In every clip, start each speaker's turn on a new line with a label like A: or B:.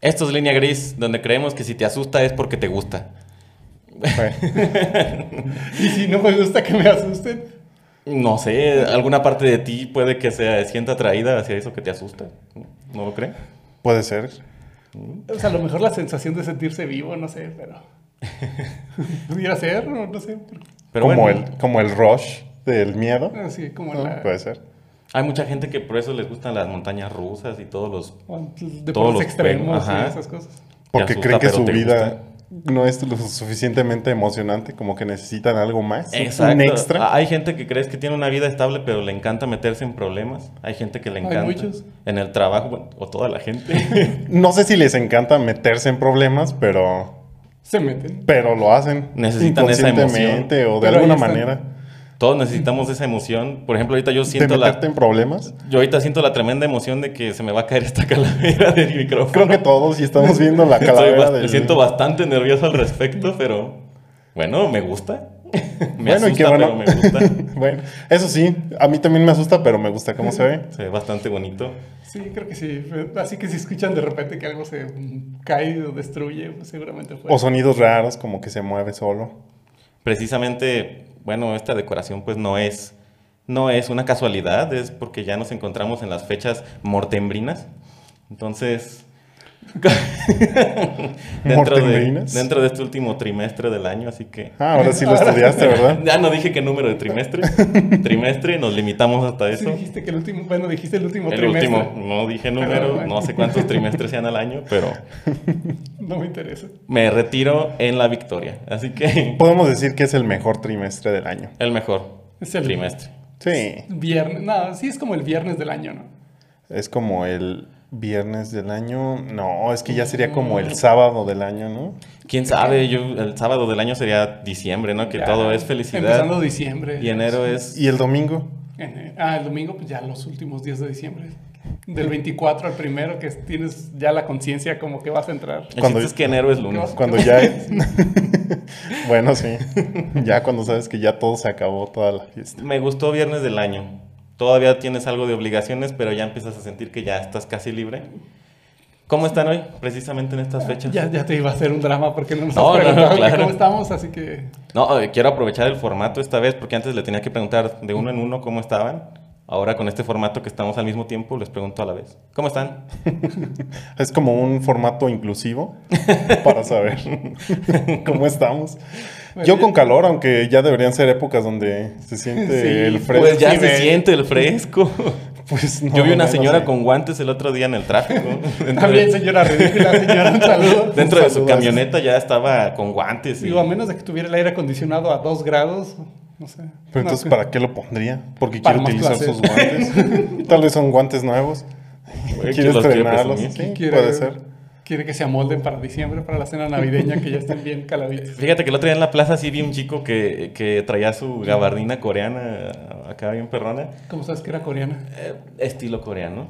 A: Esto es Línea Gris, donde creemos que si te asusta es porque te gusta.
B: y si no me gusta que me asusten.
A: No sé, alguna parte de ti puede que se sienta atraída hacia eso que te asusta. ¿No lo cree?
C: Puede ser.
B: O sea, a lo mejor la sensación de sentirse vivo, no sé, pero. Pudiera ser, no, no sé.
A: Pero
C: como,
A: bueno.
C: el, como el rush del miedo.
B: Así como la.
A: pues,
C: Puede ser.
A: Hay mucha gente que por eso les gustan las montañas rusas y todos los...
B: De
A: Todos los
B: extremos
A: juegos, ajá.
B: y esas cosas.
C: Porque
A: asusta,
C: creen que
A: pero
C: su
A: te
C: vida no es lo suficientemente emocionante, como que necesitan algo más. Un extra.
A: Ah, Hay gente que crees que tiene una vida estable, pero le encanta meterse en problemas. Hay gente que le
B: Hay
A: encanta.
B: muchos.
A: En el trabajo, bueno, o toda la gente.
C: No sé si les encanta meterse en problemas, pero,
B: Se meten.
C: pero lo hacen.
A: Necesitan esa
C: inconscientemente o de
B: Pero ahí
C: alguna
B: están.
C: manera.
A: Todos necesitamos esa emoción. Por ejemplo, ahorita yo
C: ¿Te
A: siento la.
C: meterte en problemas?
A: Yo ahorita siento la tremenda emoción de que se me va a caer esta calavera del micrófono.
C: Creo que todos y estamos viendo la
A: Soy
C: calavera
A: bast-
C: del...
A: Me siento bastante nervioso al respecto, pero bueno, me gusta. Me
C: Bueno, y qué
A: asusta, pero
C: bueno.
A: me gusta.
C: Bueno, eso sí, a mí también me asusta, pero me gusta cómo se ve.
A: Se ve bastante bonito.
B: Sí, creo que sí. Así que si escuchan de repente que algo se mm, cae o destruye, pues seguramente fue.
C: O sonidos raros, como que se mueve solo.
A: precisamente, bueno, esta decoración pues no es, no es una casualidad, es porque ya nos encontramos en las fechas mortembrinas. Entonces, dentro, de,
C: ¿Mortembrinas?
A: dentro de este último trimestre del año, así que...
C: Ah, ahora sí lo estudiaste, ¿verdad?
A: Ya no dije qué número de trimestre. trimestre, nos limitamos hasta
B: Sí,
A: eso.
B: dijiste que el último. Bueno, dijiste el último
A: El
B: trimestre.
A: último, no dije
B: Pero
A: número,
B: bueno.
A: no sé cuántos trimestres sean al año, pero
B: No me interesa.
A: me retiro en la victoria. Así que
C: Podemos decir que es el mejor trimestre del año.
A: el mejor
B: Es el
A: trimestre.
C: Sí,
B: Viernes. No, sí es como el viernes del año, ¿no?
C: es como el viernes del año. No, es que ya sería como el sábado del año, ¿no?
A: Quién sabe, yo el sábado del año sería diciembre, ¿no? Que
B: Ya,
A: todo es felicidad.
B: Empezando diciembre.
A: Y enero es.
C: Y el domingo.
B: En- Ah, el domingo, pues ya los últimos días de diciembre. Del 24 al primero, que tienes ya la conciencia como que vas a entrar.
A: El
C: Cuando-
A: chiste es que enero es lunes.
C: Cuando ya es. bueno, sí. Ya cuando sabes que ya todo se acabó, toda la fiesta.
A: Me gustó viernes del año. Todavía tienes algo de obligaciones, pero ya empiezas a sentir que ya estás casi libre. ¿Cómo están hoy, precisamente en estas fechas?
B: Ah, Ya, ya te iba a hacer un drama porque no nos
A: No,
B: has
A: no, no,
B: preguntado que
A: claro.
B: cómo estamos, así que
A: No, eh, quiero aprovechar el formato esta vez, porque antes le tenía que preguntar de uno en uno cómo estaban. Ahora con este formato que estamos al mismo tiempo, les pregunto a la vez. ¿Cómo están?
C: Es como un formato inclusivo para saber cómo estamos. Yo con calor, aunque ya deberían ser épocas donde se siente
B: Sí,
C: el fresco.
A: Pues ya
B: sí,
A: se
B: ve.
A: siente el fresco.
C: Pues, no,
A: Yo vi una
C: bueno,
A: señora
C: sí.
A: con guantes el otro día en el tráfico.
B: también señora ridícula, señora, un saludo.
A: Dentro de su
C: Saludas.
A: camioneta ya estaba con guantes. Y...
B: Digo, a menos de que tuviera el aire acondicionado a 2 grados, no sé.
C: Pero
B: No,
C: entonces,
B: que-
C: ¿para qué lo pondría? Porque
B: Para
C: quiere
B: más
C: utilizar
B: placer.
C: sus guantes. Tal vez son guantes nuevos.
A: Güey,
C: Quiere
A: ¿quién los quiere
C: estrenarlos.
A: presumir?
C: Sí,
B: quiere-
C: puede ser.
B: Quiere que se amolden para diciembre, para la cena navideña, que ya estén bien caladitos.
A: Fíjate que el otro día en la plaza sí vi un chico que, que traía su gabardina coreana, acá bien perrona,
B: ¿Cómo sabes que era coreana?
A: eh, estilo coreano.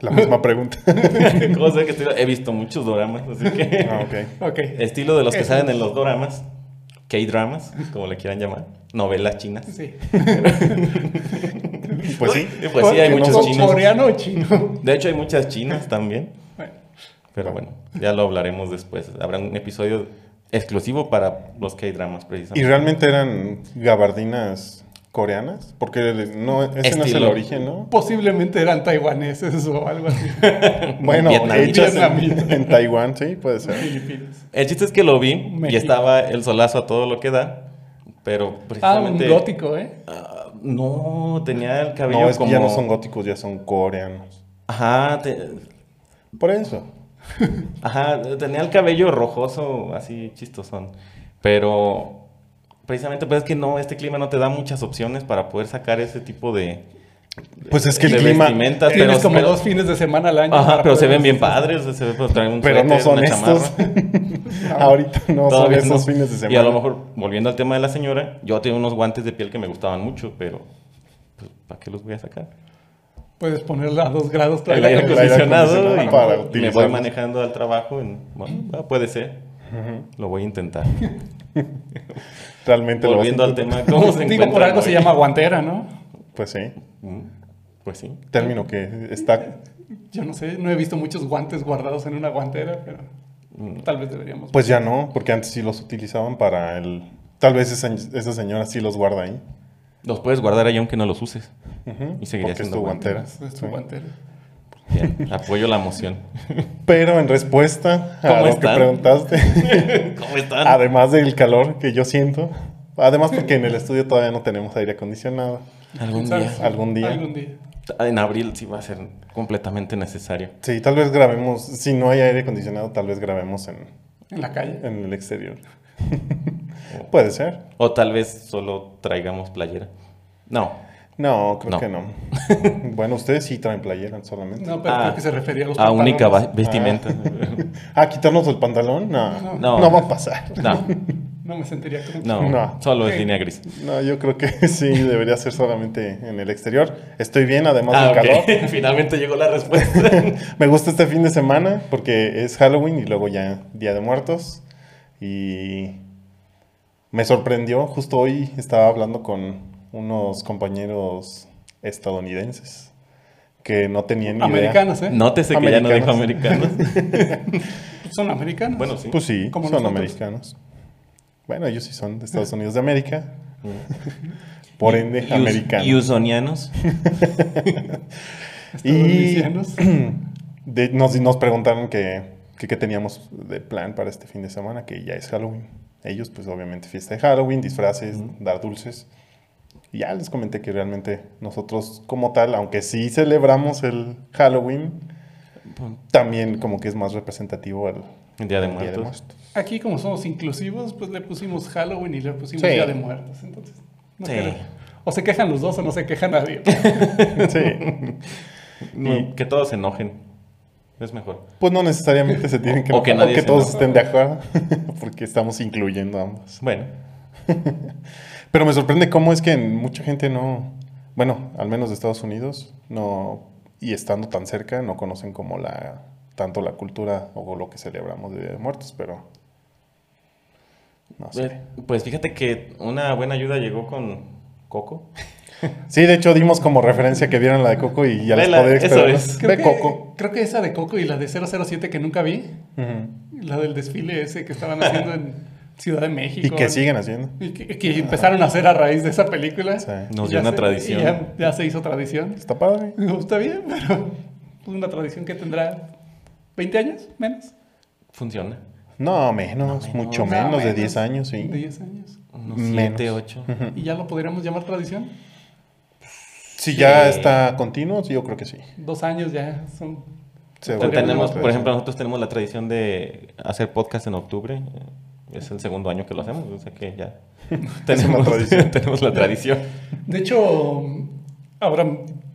C: La misma pregunta.
A: Cosa que estilo- he visto muchos doramas, así que...
C: Ah, ok.
B: Ok.
A: Estilo de los que
B: Eso.
A: salen en los doramas, K-dramas, como le quieran llamar, novelas chinas.
B: Sí.
C: Pues sí.
A: Y Pues sí, hay
C: Que no
A: muchos
C: son
A: chinos.
B: ¿Coreano o chino?
A: De hecho, hay muchas chinas también.
B: Bueno.
A: Pero bueno, ya lo hablaremos después. Habrá un episodio exclusivo para los K-dramas, precisamente.
C: ¿Y realmente eran gabardinas coreanas? Porque no, ese no es el
A: Estilo.
C: origen, ¿no?
B: Posiblemente eran taiwaneses o algo así.
C: Bueno,
A: Vietnamita.
C: hechas en,
B: Vietnamita.
C: en Taiwán, sí, puede ser.
B: Filipinas.
A: El chiste es que lo vi y
B: México.
A: estaba el solazo a todo lo que da, pero
B: Ah, un
A: precisamente...
B: gótico, ¿eh?
A: Ah, no, tenía el cabello
C: No, es
A: como...
C: que ya no son góticos, ya son coreanos.
A: Ajá, te-
C: Por eso.
A: ajá, tenía el cabello rojoso, así chistosón, pero... Precisamente, pues es que no, este clima no te da muchas opciones para poder sacar ese tipo de.
C: Pues es que el
A: de
C: clima...
A: vestimentas,
B: Tienes
A: pero,
B: como
A: pero-
B: dos fines de semana al año.
A: Ajá,
B: para
A: pero se
B: poder-
A: ven bien padres, se ven, pues, traen un
C: Pero
A: suéter,
C: no son
A: una
C: estos.
A: chamarra.
C: Ahorita no son
A: Todavía
C: esos
A: no.
C: fines de semana.
A: Y a lo mejor, volviendo al tema de la señora, yo tenía unos guantes de piel que me gustaban mucho, pero pues, ¿para qué los voy a sacar?
B: Puedes ponerla a dos grados
A: El
B: todavía.
A: aire
C: el aire
A: acondicionado
C: acondicionado
A: y
C: para
A: me
C: utilizarlos.
A: voy manejando al trabajo. y, bueno, ah, puede ser. Lo voy a intentar.
C: Realmente lo vas a
A: Volviendo al
C: intentar.
A: tema, ¿cómo se
B: Digo, por
A: encuentran
B: algo se
A: hoy?
B: llama guantera, ¿no?
C: Pues sí.
A: Mm, Pues sí.
C: Término que está
B: Yo no sé, no he visto muchos guantes guardados en una guantera, pero
A: Mm.
B: tal vez deberíamos.
C: Pues ya no, porque antes sí los utilizaban para el... Tal vez esa, esa señora sí los guarda ahí.
A: Los puedes guardar ahí aunque no los uses.
C: Ujú,
A: Y seguiría
C: porque es
A: siendo
C: tu guantera.
B: Es tu
C: Sí.
B: guantera.
A: Ya, apoyo la moción.
C: Pero en respuesta a
A: ¿Cómo
C: lo
A: están?
C: que preguntaste,
A: ¿Cómo están?
C: además del calor que yo siento, además porque en el estudio todavía no tenemos aire acondicionado.
A: Algún día.
B: ¿Sabes?
C: algún día.
B: Algún día.
A: En abril sí va a ser completamente necesario.
C: Sí, tal vez grabemos, si no hay aire acondicionado, tal vez grabemos en,
B: En la
A: Ah,
B: calle.
C: en el exterior. Puede ser.
A: O tal vez solo traigamos playera. No.
C: No, creo
A: No.
C: que no. bueno, ustedes sí traen playera solamente.
B: No, pero
A: Ah,
B: creo que se refería a los
A: A única va-
B: pantalones.
A: vestimenta.
C: Ah, quitarnos el pantalón, no.
B: No.
C: No,
A: No.
C: va a pasar.
A: No,
B: No me sentiría como...
A: no,
C: No.
A: Solo es
B: Ok.
A: línea gris.
C: No, yo creo que sí, debería ser solamente en el exterior. Estoy bien, además
A: Ah,
C: del
A: ok.
C: calor.
A: Finalmente llegó la respuesta.
C: Me gusta este fin de semana porque es Halloween y luego ya Día de Muertos. Y me sorprendió, justo hoy estaba hablando con unos compañeros estadounidenses que no tenían ni idea.
B: Americanos, ¿eh?
A: Nótese que ya no dijo americanos.
B: Son americanos.
A: Bueno, sí.
C: Pues sí, son
B: Como nosotros.
C: americanos. Bueno, ellos sí son de Estados Unidos de América. Por ende,
A: Ah.
C: americanos.
A: Y usonianos.
B: Estadounidenses.
C: De- nos, nos preguntaron que, que qué teníamos de plan para este fin de semana, que ya es Halloween. Ellos, pues obviamente fiesta de Halloween, disfraces, dar dulces. Y ya les comenté que realmente nosotros como tal, aunque sí celebramos el Halloween, también como que es más representativo el
A: Día de
C: el Día de
A: muertos.
C: Muertos.
B: Aquí como somos inclusivos, pues le pusimos Halloween y le pusimos
C: Sí.
B: Día de Muertos. Entonces, no
A: Sí.
B: quiero- O se quejan los dos o no se queja nadie.
C: Sí.
A: Y que todos se enojen. Es mejor.
C: Pues no necesariamente se tienen que
A: O que
C: enojar,
A: nadie se
C: todos
A: enoja.
C: estén de acuerdo, porque estamos incluyendo a ambos.
A: Bueno,
C: Pero me sorprende cómo es que en mucha gente no, bueno, al menos de Estados Unidos, no, y estando tan cerca, no conocen como la, tanto la cultura o lo que celebramos de Día de Muertos, pero no sé.
A: eh, pues fíjate que una buena ayuda llegó con Coco.
C: Sí, de hecho dimos como referencia que vieron la de Coco y ya les
A: Vela,
C: podría
A: eso
C: esperar.
A: es.
C: De Coco.
B: creo que esa de Coco y la de 007 que nunca vi,
C: Ujú.
B: la del desfile ese que estaban haciendo en Ciudad de México.
C: Y que siguen haciendo.
B: Y que, que empezaron a hacer a raíz de esa película.
C: Sí.
A: Nos
B: Y
A: dio
B: ya
A: una
B: se-
A: tradición.
B: y Ya, ya se hizo tradición.
C: Está padre.
B: Digo, Está bien, pero es una tradición que tendrá 20 años menos.
A: Funciona.
C: No, menos,
A: menos.
C: mucho
A: No,
C: menos, de
B: Ah, menos.
C: 10 años, sí.
B: De 10 años.
A: Unos
C: Menos.
A: 7, 8.
B: ¿Y ya lo podríamos llamar tradición?
C: Si ya
A: Sí.
C: está continuo, sí, yo creo que sí.
B: Dos años ya son...
C: Se
A: Pero
C: vuelve
A: tenemos,
C: una
A: por ejemplo, nosotros tenemos la tradición de hacer podcast en octubre. Eh, Es el segundo año que lo hacemos, o sea que ya tenemos,
C: tradición.
A: tenemos la tradición.
B: De hecho, ahora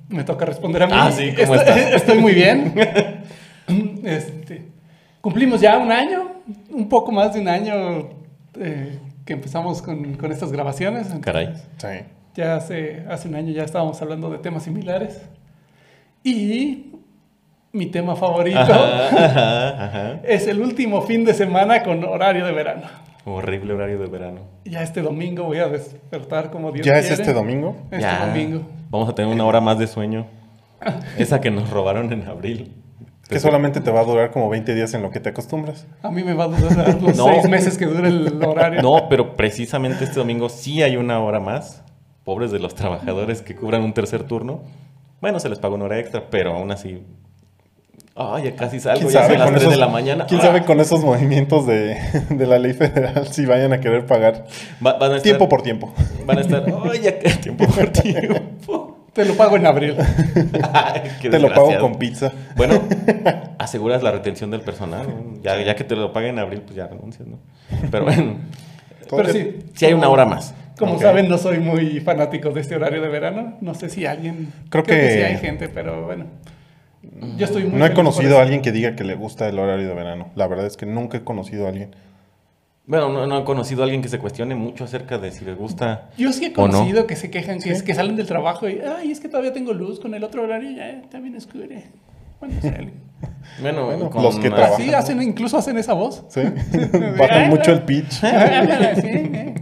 B: me toca responder a mí.
A: Ah, sí, ¿cómo
B: Est-
A: estás?
B: Estoy muy bien. Este, cumplimos ya un año, un poco más de un año eh, que empezamos con, con estas grabaciones.
A: Caray.
C: tradición. Sí.
B: Ya hace, hace un año ya estábamos hablando de temas similares. Y mi tema favorito
A: Ajá, ajá, ajá.
B: es el último fin de semana con horario de verano.
A: Horrible horario de verano.
B: Ya este domingo voy a despertar como Dios
C: ¿Ya es
B: quiere.
C: este domingo?
B: Este
A: Ya.
B: domingo.
A: Vamos a tener una hora más de sueño. Esa que nos robaron en abril.
C: Que solamente te va a durar como 20 días en lo que te acostumbras.
B: A mí me va a durar los
A: No.
B: seis meses que dura el horario.
A: No, pero precisamente este domingo sí hay una hora más. Pobres de los trabajadores que cubran un tercer turno. Bueno, se les paga una hora extra, pero aún así. Ay, ya casi salgo,
C: ¿Quién
A: ya
C: sabe,
A: son las
C: con
A: 3
C: esos,
A: de la mañana.
C: ¿quién
A: Ah,
C: sabe con esos movimientos de, de la ley federal si vayan a querer pagar
A: Ah, va- van a estar-
C: tiempo por tiempo?
A: Van a estar, ay, ya que tiempo por tiempo.
B: Te lo pago en abril.
A: Ay, qué
C: Te lo pago
A: desgraciado.
C: con pizza.
A: Bueno, aseguras la retención del personal. ¿no? Ya, ya que te lo paguen en abril, pues ya renuncias, ¿no? Pero bueno,
B: Pero sí.
A: sí hay una hora más.
B: Como
C: Ok.
B: saben, no soy muy fanático de este horario de verano. No sé si alguien.
C: Creo que-
B: sí hay gente, pero bueno. Yo estoy muy
C: No he
B: feliz por
C: conocido
B: eso.
C: a alguien que diga que le gusta el horario de verano. La verdad es que nunca he conocido a alguien.
A: Bueno, no, no he conocido a alguien que se cuestione mucho acerca de si le gusta.
B: Yo sí he
A: ¿O no?
B: conocido que se quejan, que es que salen del trabajo y. Ay, es que todavía tengo luz con el otro horario, ya también oscure. Bueno, sale.
A: Bueno,
C: Bueno,
A: con
C: los que
A: una-
C: trabajan.
B: Sí, hacen, incluso hacen esa voz.
C: ¿Sí? Bajan mucho el pitch.
B: Ándale, sí, eh.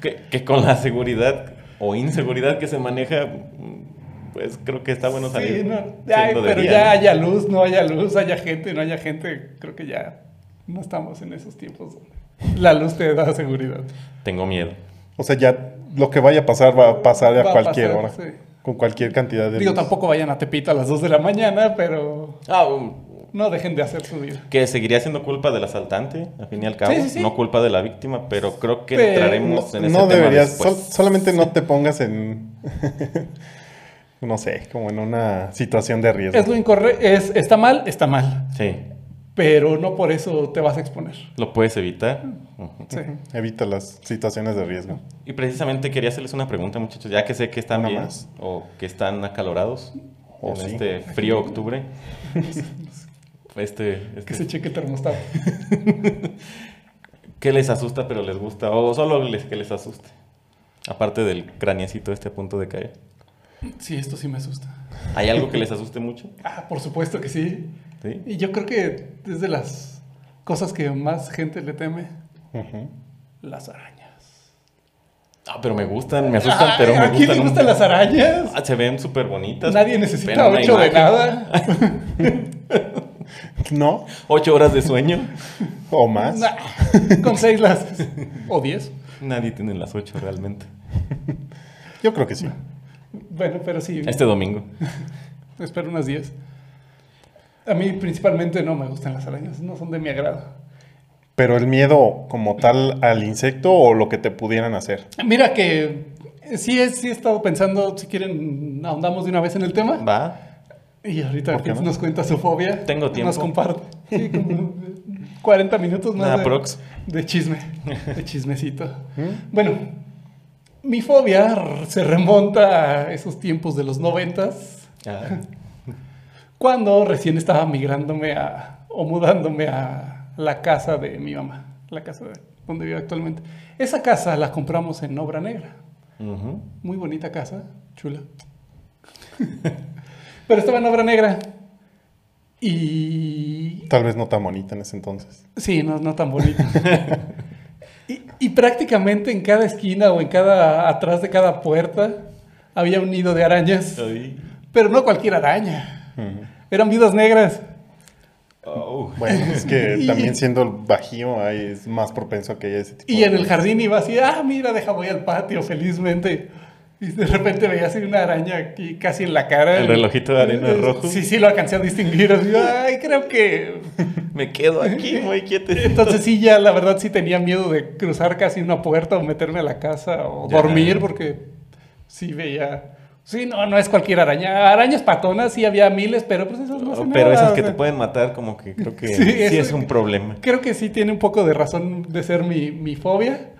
A: que, que con la seguridad o inseguridad que se maneja, mm, pues creo que está bueno salir.
B: Sí, no. Ay,
A: siendo de
B: pero
A: día,
B: ya
A: ¿no?
B: haya luz, no haya luz, haya gente, no haya gente, creo que ya no estamos en esos tiempos donde la luz te da seguridad.
A: Tengo miedo.
C: O sea, ya lo que vaya a pasar va a pasar a
B: Va a
C: cualquier
B: pasar,
C: hora.
B: sí.
C: Con cualquier cantidad de
B: Digo,
C: luz.
B: tampoco vayan a Tepito a las 2 de la mañana, pero
A: Ah, um,
B: no dejen de hacer su vida.
A: que seguiría siendo culpa del asaltante, al fin y al cabo.
B: Sí, sí, sí.
A: No culpa de la víctima, pero creo que
B: Pero
A: entraremos en ese
C: no
A: tema
C: deberías,
A: después.
C: sol- solamente no te pongas en, no sé, como en una situación de riesgo.
B: Es lo incorrecto, es, está mal, está mal,
A: Sí,
B: pero no por eso te vas a exponer.
A: lo puedes evitar.
B: Sí.
C: Evita las situaciones de riesgo.
A: Y precisamente quería hacerles una pregunta, muchachos, ya que sé que están
C: Una
A: bien
C: más.
A: o que están acalorados
C: Oh,
A: en
C: sí.
A: este frío octubre. este,
B: Que
A: este-
B: se cheque el termostato.
A: ¿Qué les asusta pero les gusta? O solo les, que les asuste. Aparte del craniecito este a punto de caer.
B: Sí, esto sí me asusta.
A: ¿Hay algo que les asuste mucho?
B: Ah, por supuesto que sí.
A: ¿Sí?
B: Y yo creo que es de las cosas que más gente le teme,
C: Ujú.
B: las arañas.
A: Ah, pero me gustan, me asustan,
B: Ay,
A: pero me
B: ¿A quién le
A: un-
B: gustan las arañas?
A: Ah, se ven súper bonitas.
B: Nadie
A: Ven
B: necesita
A: una
B: ocho de
A: imagen.
B: nada.
C: No,
A: Ocho horas de sueño.
C: o más.
B: Nah, con seis las... o diez.
A: Nadie tiene las ocho realmente.
C: Yo creo que sí.
B: Bueno, pero sí.
A: Este domingo.
B: Espero unas 10. A mí principalmente no me gustan las arañas, no son de mi agrado.
C: Pero el miedo como tal al insecto o lo que te pudieran hacer.
B: Mira que sí, he- sí he estado pensando, si quieren, ahondamos de una vez en el tema.
A: ¿Va?
B: Y ahorita
C: ¿Por qué
B: Fitz
C: no?
B: nos cuenta su fobia.
A: Tengo tiempo.
B: Nos comparte. Sí, como 40 minutos más
A: Nada,
B: de,
A: prox.
B: de chisme, de chismecito.
C: ¿Mm?
B: Bueno, mi fobia r- se remonta a esos tiempos de los noventas,
A: Ah,
B: cuando recién estaba migrándome a, o mudándome a la casa de mi mamá, la casa de- donde vivo actualmente. Esa casa la compramos en Obra Negra.
A: ujú.
B: Muy bonita casa, chula. Pero estaba en obra negra. Y.
C: Tal vez no tan bonita en ese entonces.
B: Sí, no, no tan bonita. Y, y prácticamente en cada esquina o en cada. atrás de cada puerta había un nido de arañas.
A: Ay.
B: Pero no cualquier araña.
C: Ujú.
B: Eran viudas negras.
A: Oh.
C: Bueno, es que
B: Y-
C: también siendo el bajío ahí es más propenso a que haya ese tipo
B: Y
C: de
B: en el
C: cosas.
B: jardín iba así, ah, mira, deja voy al patio, felizmente. Y de repente veía así una araña aquí casi en la cara.
A: El relojito de arena
B: Eh,
A: rojo.
B: Sí, sí, lo alcancé a distinguir. así, Ay, creo que...
A: Me quedo aquí muy quieto.
B: Entonces sí, ya la verdad sí tenía miedo de cruzar casi una puerta o meterme a la casa o
A: Ya.
B: dormir porque sí veía... Sí, no, no es cualquier araña. Arañas patonas sí había miles, pero pues esas no hacen
A: Oh, pero
B: nada,
A: esas
B: o
A: que
B: sea.
A: te pueden matar, como que creo que
B: Sí,
A: sí,
B: eso-
A: es un problema.
B: Creo que sí tiene un poco de razón de ser mi, mi fobia.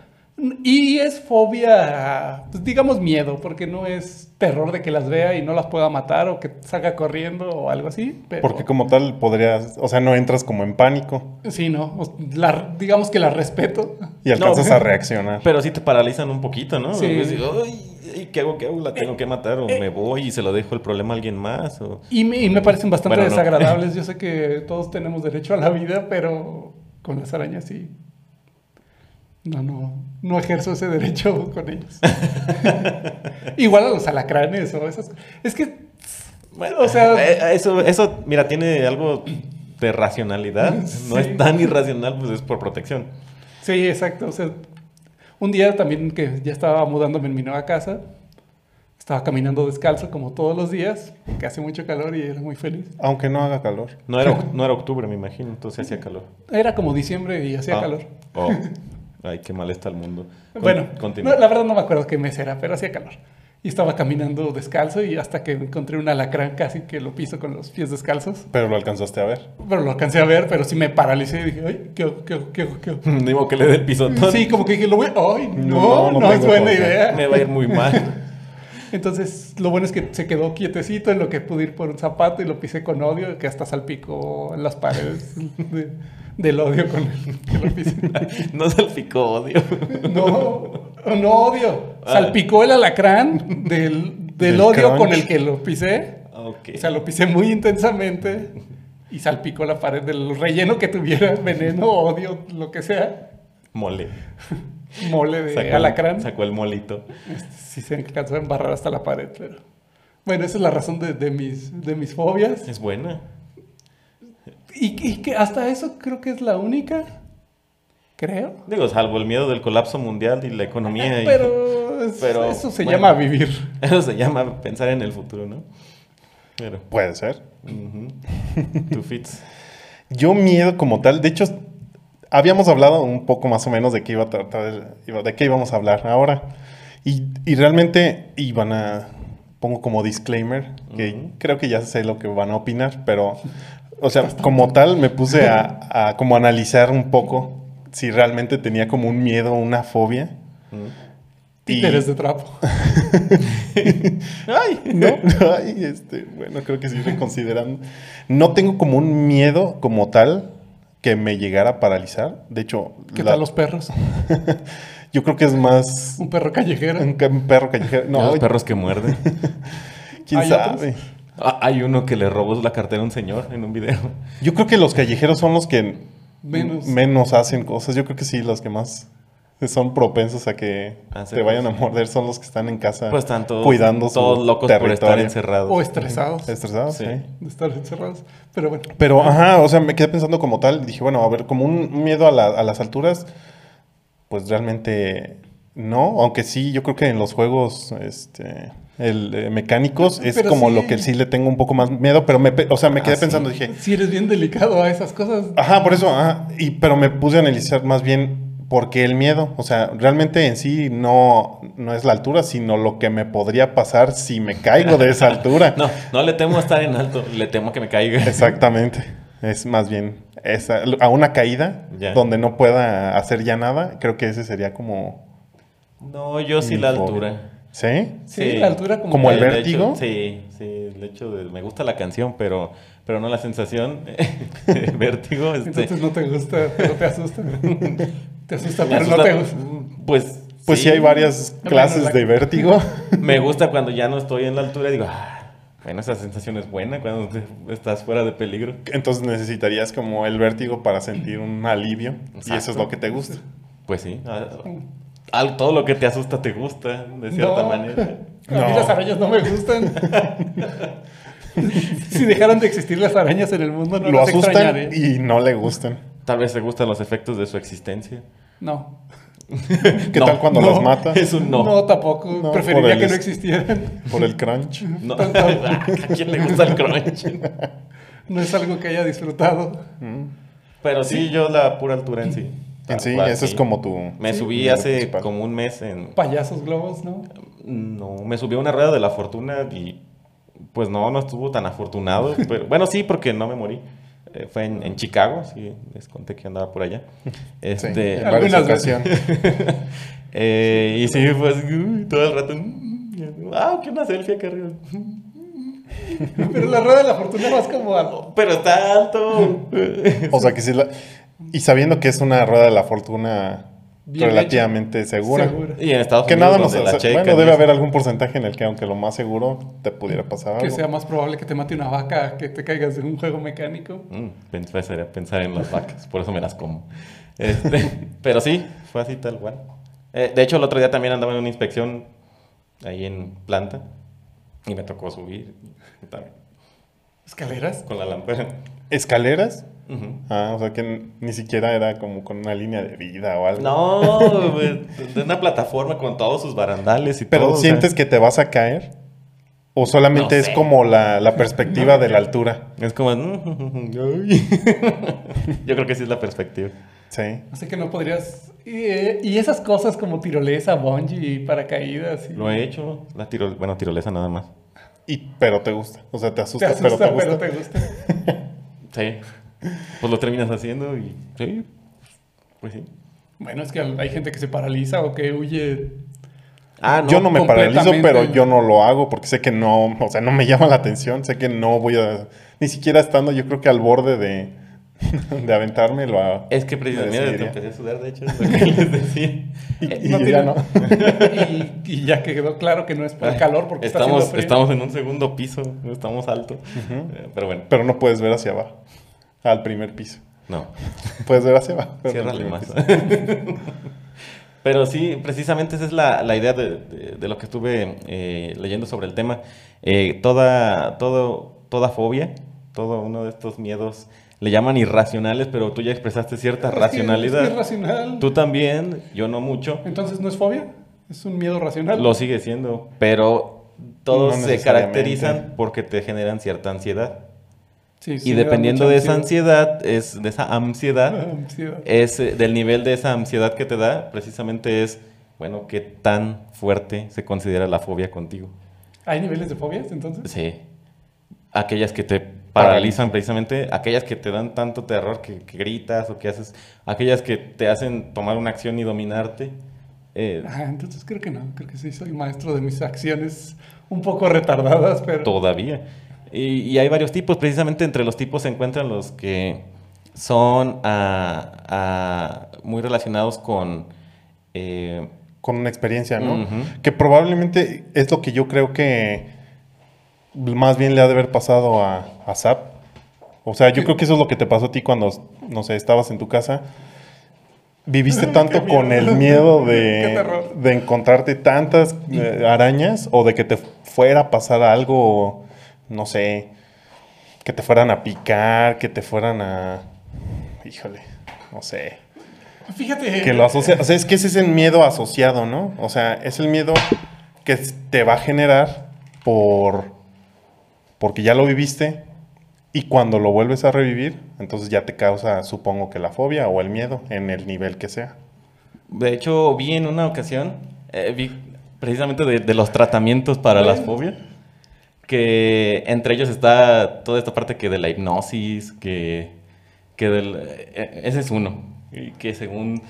B: Y es fobia, pues digamos miedo, porque no es terror de que las vea y no las pueda matar o que salga corriendo o algo así. Pero
C: Porque como tal podrías, o sea, no entras como en pánico
B: Sí, no. o- la- digamos que la respeto.
C: y alcanzas
A: No.
C: a reaccionar.
A: Pero sí te paralizan un poquito, ¿no?
B: Sí. Eh,
A: Es decir, "Ay, ay, ¿Qué hago? ¿Qué hago? ¿La tengo que matar? ¿O me voy y se lo dejo el problema a alguien más? O...
B: Y me, y me parecen bastante
A: Bueno, no.
B: desagradables. Yo sé que todos tenemos derecho a la vida, pero con las arañas sí. No, no, no ejerzo ese derecho con ellos. Igual a los alacranes o esas. Es que
A: Bueno,
B: O sea-
A: eh, eso, eso, mira, tiene algo de racionalidad. No
B: Sí.
A: es tan irracional, pues es por protección.
B: Sí, exacto. O sea, un día también que ya estaba mudándome en mi nueva casa, estaba caminando descalzo como todos los días, porque hace mucho calor y era muy feliz.
C: Aunque no haga calor.
A: No era, oc- no era octubre, me imagino, entonces hacía calor.
B: Era como diciembre y hacía
A: Ah.
B: calor.
A: Oh. Ay, qué mal está el mundo. Con-
B: bueno,
A: continúa.
B: no, la verdad no me acuerdo qué mes era, pero hacía calor. Y estaba caminando descalzo y hasta que encontré un alacrán casi que lo piso con los pies descalzos.
C: Pero lo alcanzaste a ver.
B: Pero lo alcancé a ver, pero sí me paralicé y dije, ay, ¿qué hago, qué hago, qué hago, qué hago?".
A: Digo que le dé el pisotón.
B: Sí, como que dije, lo voy, ay,
C: No,
B: no,
C: no
B: no, es
C: tengo
B: buena
C: fobia.
B: idea.
A: Me va a ir muy mal.
B: Entonces, lo bueno es que se quedó quietecito en lo que pude ir por un zapato y lo pisé con odio, que hasta salpicó las paredes de- del odio con el que lo pisé.
A: No salpicó odio.
B: No, no odio. Salpicó el alacrán del, del
C: Del
B: odio
C: crunch.
B: con el que lo pisé.
A: Ok.
B: O sea, lo pisé muy intensamente y salpicó la pared del relleno que tuviera, veneno, odio, lo que sea.
A: Mole.
B: Mole de alacrán.
A: sacó el molito.
B: Este, sí se alcanzó a embarrar hasta la pared, pero Bueno, esa es la razón de, de mis, de mis fobias.
A: Es buena.
B: Y, y que hasta eso creo que es la única. Creo.
A: Digo, salvo el miedo del colapso mundial y la economía. y-
B: Pero, es-
A: pero,
B: eso se
A: bueno.
B: llama vivir.
A: Eso se llama pensar en el futuro, ¿no? Pero.
C: Puede ser.
A: ujú. Tú fits.
C: Yo miedo como tal, de hecho, habíamos hablado un poco más o menos de qué iba a tratar, el- iba- de qué íbamos a hablar ahora. Y, y realmente iban a, pongo como disclaimer, que
A: Ujú.
C: creo que ya sé lo que van a opinar, pero, o sea, como tal me puse a, a como analizar un poco si realmente tenía como un miedo, una fobia.
A: Mm.
C: Y-
B: Títeres de trapo.
A: ¡Ay!
C: No, ay, este, bueno, creo que sí reconsiderando. No tengo como un miedo como tal que me llegara a paralizar. De hecho,
B: ¿Qué
C: la-
B: tal los perros?
C: yo creo que es más
B: Un perro callejero.
C: un, ca- un perro callejero.
A: No,
C: No,
A: los perros que muerden.
C: quién
B: ¿Hay otros?
C: sabe.
A: Ah, hay uno que le robó la cartera a un señor en un video.
C: Yo creo que los callejeros son los que
B: Menos.
C: menos hacen cosas. Yo creo que sí, los que más son propensos a que
A: Hacer
C: te vayan a morder son los que están en casa
A: Pues están todos,
C: Ah, cuidando su
A: todos locos por estar
C: territorio.
A: encerrados.
B: o estresados.
C: Estresados,
A: Sí.
C: sí.
B: De estar encerrados. Pero bueno.
C: Pero, ajá, o sea, me quedé pensando como tal. Dije, bueno, a ver, como un miedo a, la- a las alturas, pues realmente no. Aunque sí, yo creo que en los juegos este, el, eh, mecánicos es
B: Pero
C: como
B: sí.
C: lo que sí le tengo un poco más miedo. Pero, me, pe- o sea, me quedé
A: Ah, sí.
C: pensando, dije,
B: Si eres bien delicado a esas cosas.
C: ajá, por eso, ajá. Y, pero me puse a analizar más bien por qué el miedo. O sea, realmente en sí no, no es la altura, sino lo que me podría pasar si me caigo de esa altura.
A: No, no le temo a estar en alto, le temo a que me caiga.
C: Exactamente. Es más bien esa- a una caída
A: Ya.
C: donde no pueda hacer ya nada. Creo que ese sería como.
A: No, yo sí
C: mi
A: la
C: fobia.
A: altura. Eh,
C: ¿Sí?
B: Sí, la altura como
C: Como
B: que-
C: el
A: hecho-
C: vértigo?
A: sí, sí, el hecho de me gusta la canción, pero pero no la sensación eh, de vértigo, este,
B: Entonces no te gusta, pero te asusta. te asusta,
A: me
B: pero no
A: asusta.
B: te gusta.
A: Pues
C: Pues sí, hay varias
B: Bueno,
C: clases
B: la-
C: de vértigo.
A: Me gusta cuando ya no estoy en la altura y digo, "Ah, bueno, esa sensación es buena cuando te- estás fuera de peligro.
C: Entonces necesitarías como el vértigo para sentir un alivio. Y eso
A: Exacto.
C: es lo que te gusta.
A: Pues sí, a- a- todo lo que te asusta te gusta de cierta
B: No.
A: manera.
B: A mí
C: No.
B: las arañas no me gustan. si dejaran de existir las arañas en el mundo, no
C: lo
B: las
C: asustan
B: extrañaré.
C: y no le gustan.
A: Tal vez te gustan los efectos de su existencia.
B: No.
C: ¿Qué
A: No,
C: tal cuando
B: no.
C: las mata?
A: Es un no.
B: No, tampoco.
C: No, por
B: Preferiría
C: el
B: que no
C: es-
B: existieran.
C: Por el crunch.
A: No. Ah, ¿A quién le gusta el crunch?
B: No es algo que haya disfrutado.
A: Pero sí, yo la pura altura en sí.
C: En Mm. sí,
A: Tal cual,
C: eso es como tu.
A: Me
C: tu
A: subí
C: miedo
A: hace
C: principal.
A: como un mes en...
B: Payasos globos, ¿no?
A: No, me subí a una rueda de la fortuna y... Pues no, no estuvo tan afortunado. pero Bueno, sí, porque no me morí. Eh, fue en, en Chicago, sí, les conté que andaba por allá.
C: Sí,
A: Este,
C: en varias
B: Algunas
C: ocasiones.
A: Eh, y sí, fue así, uy, todo el rato. mm, ¡Ah, que una selfie acá arriba!
B: Pero la rueda de la fortuna vas como a lo-
A: Pero está alto.
C: O sea que sí la- Y sabiendo que es una rueda de la fortuna
B: Bien
C: relativamente segura.
B: segura.
A: y en Estados
C: Que
A: Unidos,
C: nada nos...
A: donde la checan
C: Bueno,
A: y
C: debe
A: eso.
C: haber algún porcentaje en el que aunque lo más seguro te pudiera pasar algo.
B: Que sea más probable que te mate una vaca, que te caigas de un juego mecánico.
A: Mm, pensar, pensar en las vacas, por eso me las como. Este, pero sí, fue así tal cual. Eh, de hecho, el otro día también andaba en una inspección ahí en planta y me tocó subir también,
B: Escaleras.
A: con la lámpara.
C: ¿Escaleras?
A: Ujú.
C: Ah, o sea que n- ni siquiera era como con una línea de vida o algo.
A: No, güey, de una plataforma con todos sus barandales y
C: Pero
A: todo. o sea,
C: ¿sientes que te vas a caer? ¿O solamente
A: No
C: es
A: sé.
C: como la, la perspectiva de la altura?
A: es como. mm, ay. Yo creo que sí es la perspectiva.
C: Sí.
B: Así que no podrías. Y, eh, y esas cosas como tirolesa, bungee, paracaídas. Y...
A: Lo he hecho, la tiro, bueno, tirolesa nada más.
C: Y, pero te gusta. O sea, te
B: Te
C: asusta,
B: asusta,
C: pero te gusta.
B: gusta.
A: Sí. Pues lo terminas haciendo y. Sí. Pues sí.
B: Bueno, es que hay gente que se paraliza o que huye.
A: Ah,
C: yo no me paralizo,
B: completamente.
C: pero yo no lo hago porque sé que no, o sea, no me llama la atención, sé que no voy a, ni siquiera estando yo creo que al borde de, de aventarme, lo hago.
A: Es que precisamente
C: Me
A: mira, te
C: decidiría.
A: empecé a sudar, de hecho, es lo que les decía.
C: Y,
A: Eh,
C: y
B: no
C: ya
B: tiene-
C: no.
B: y, y ya quedó claro que no es por el calor, porque está
A: estamos,
B: haciendo frío.
A: estamos en un segundo piso, estamos alto. Eh, Pero bueno,
C: Pero no puedes ver hacia abajo, al primer piso.
A: no,
C: Puedes ver hacia abajo. pero no al
A: ciérrale ¿eh?
C: primer
A: más.
C: piso.
A: Pero sí, precisamente esa es la, la idea de, de- de lo que estuve eh, leyendo sobre el tema. Eh, toda, todo, toda fobia, todo uno de estos miedos, le llaman irracionales, pero tú ya expresaste cierta
B: Es que
A: racionalidad.
B: Es racional.
A: Tú también, yo no mucho,
B: Entonces no es fobia, es un miedo racional.
A: lo sigue siendo, pero todos
C: No
A: se
C: necesariamente.
A: caracterizan porque te generan cierta ansiedad.
B: Sí, sí,
A: y
B: me da
A: dependiendo
B: mucha
A: de esa ansiedad, es de esa ansiedad,
B: Ansiedad.
A: es eh, del nivel de esa ansiedad que te da, precisamente es, bueno, qué tan fuerte se considera la fobia contigo.
B: ¿Hay niveles de fobias entonces?
A: Sí. Aquellas que te paralizan precisamente, aquellas que te dan tanto terror que, que gritas o que haces, aquellas que te hacen tomar una acción y dominarte. eh,
B: Ah, entonces creo que no, creo que sí, soy maestro de mis acciones un poco retardadas, pero...
A: Todavía. Y, y hay varios tipos, precisamente entre los tipos se encuentran los que son ah, ah, muy relacionados con... eh,
C: con una experiencia, ¿no?
A: Ujú.
C: Que probablemente es lo que yo creo que más bien le ha de haber pasado a, a Zap. O sea, yo creo que eso es lo que te pasó a ti cuando, no sé, estabas en tu casa. Viviste tanto
B: Qué
C: con
B: miedo.
C: el miedo
B: Qué
C: de,
B: terror.
C: de encontrarte tantas eh, arañas o de que te fuera a pasar algo, no sé, que te fueran a picar, que te fueran a... Híjole, no sé.
B: Fíjate,
C: Que lo asocia, o sea, es que ese es el miedo asociado, ¿no? O sea, es el miedo que s- te va a generar por porque ya lo viviste y cuando lo vuelves a revivir, entonces ya te causa, supongo que la fobia o el miedo en el nivel que sea.
A: de hecho, vi en una ocasión, eh, vi precisamente de, de los tratamientos para las fobias, que entre ellos está toda esta parte que de la hipnosis, que, que del... eh, ese es uno, y que según...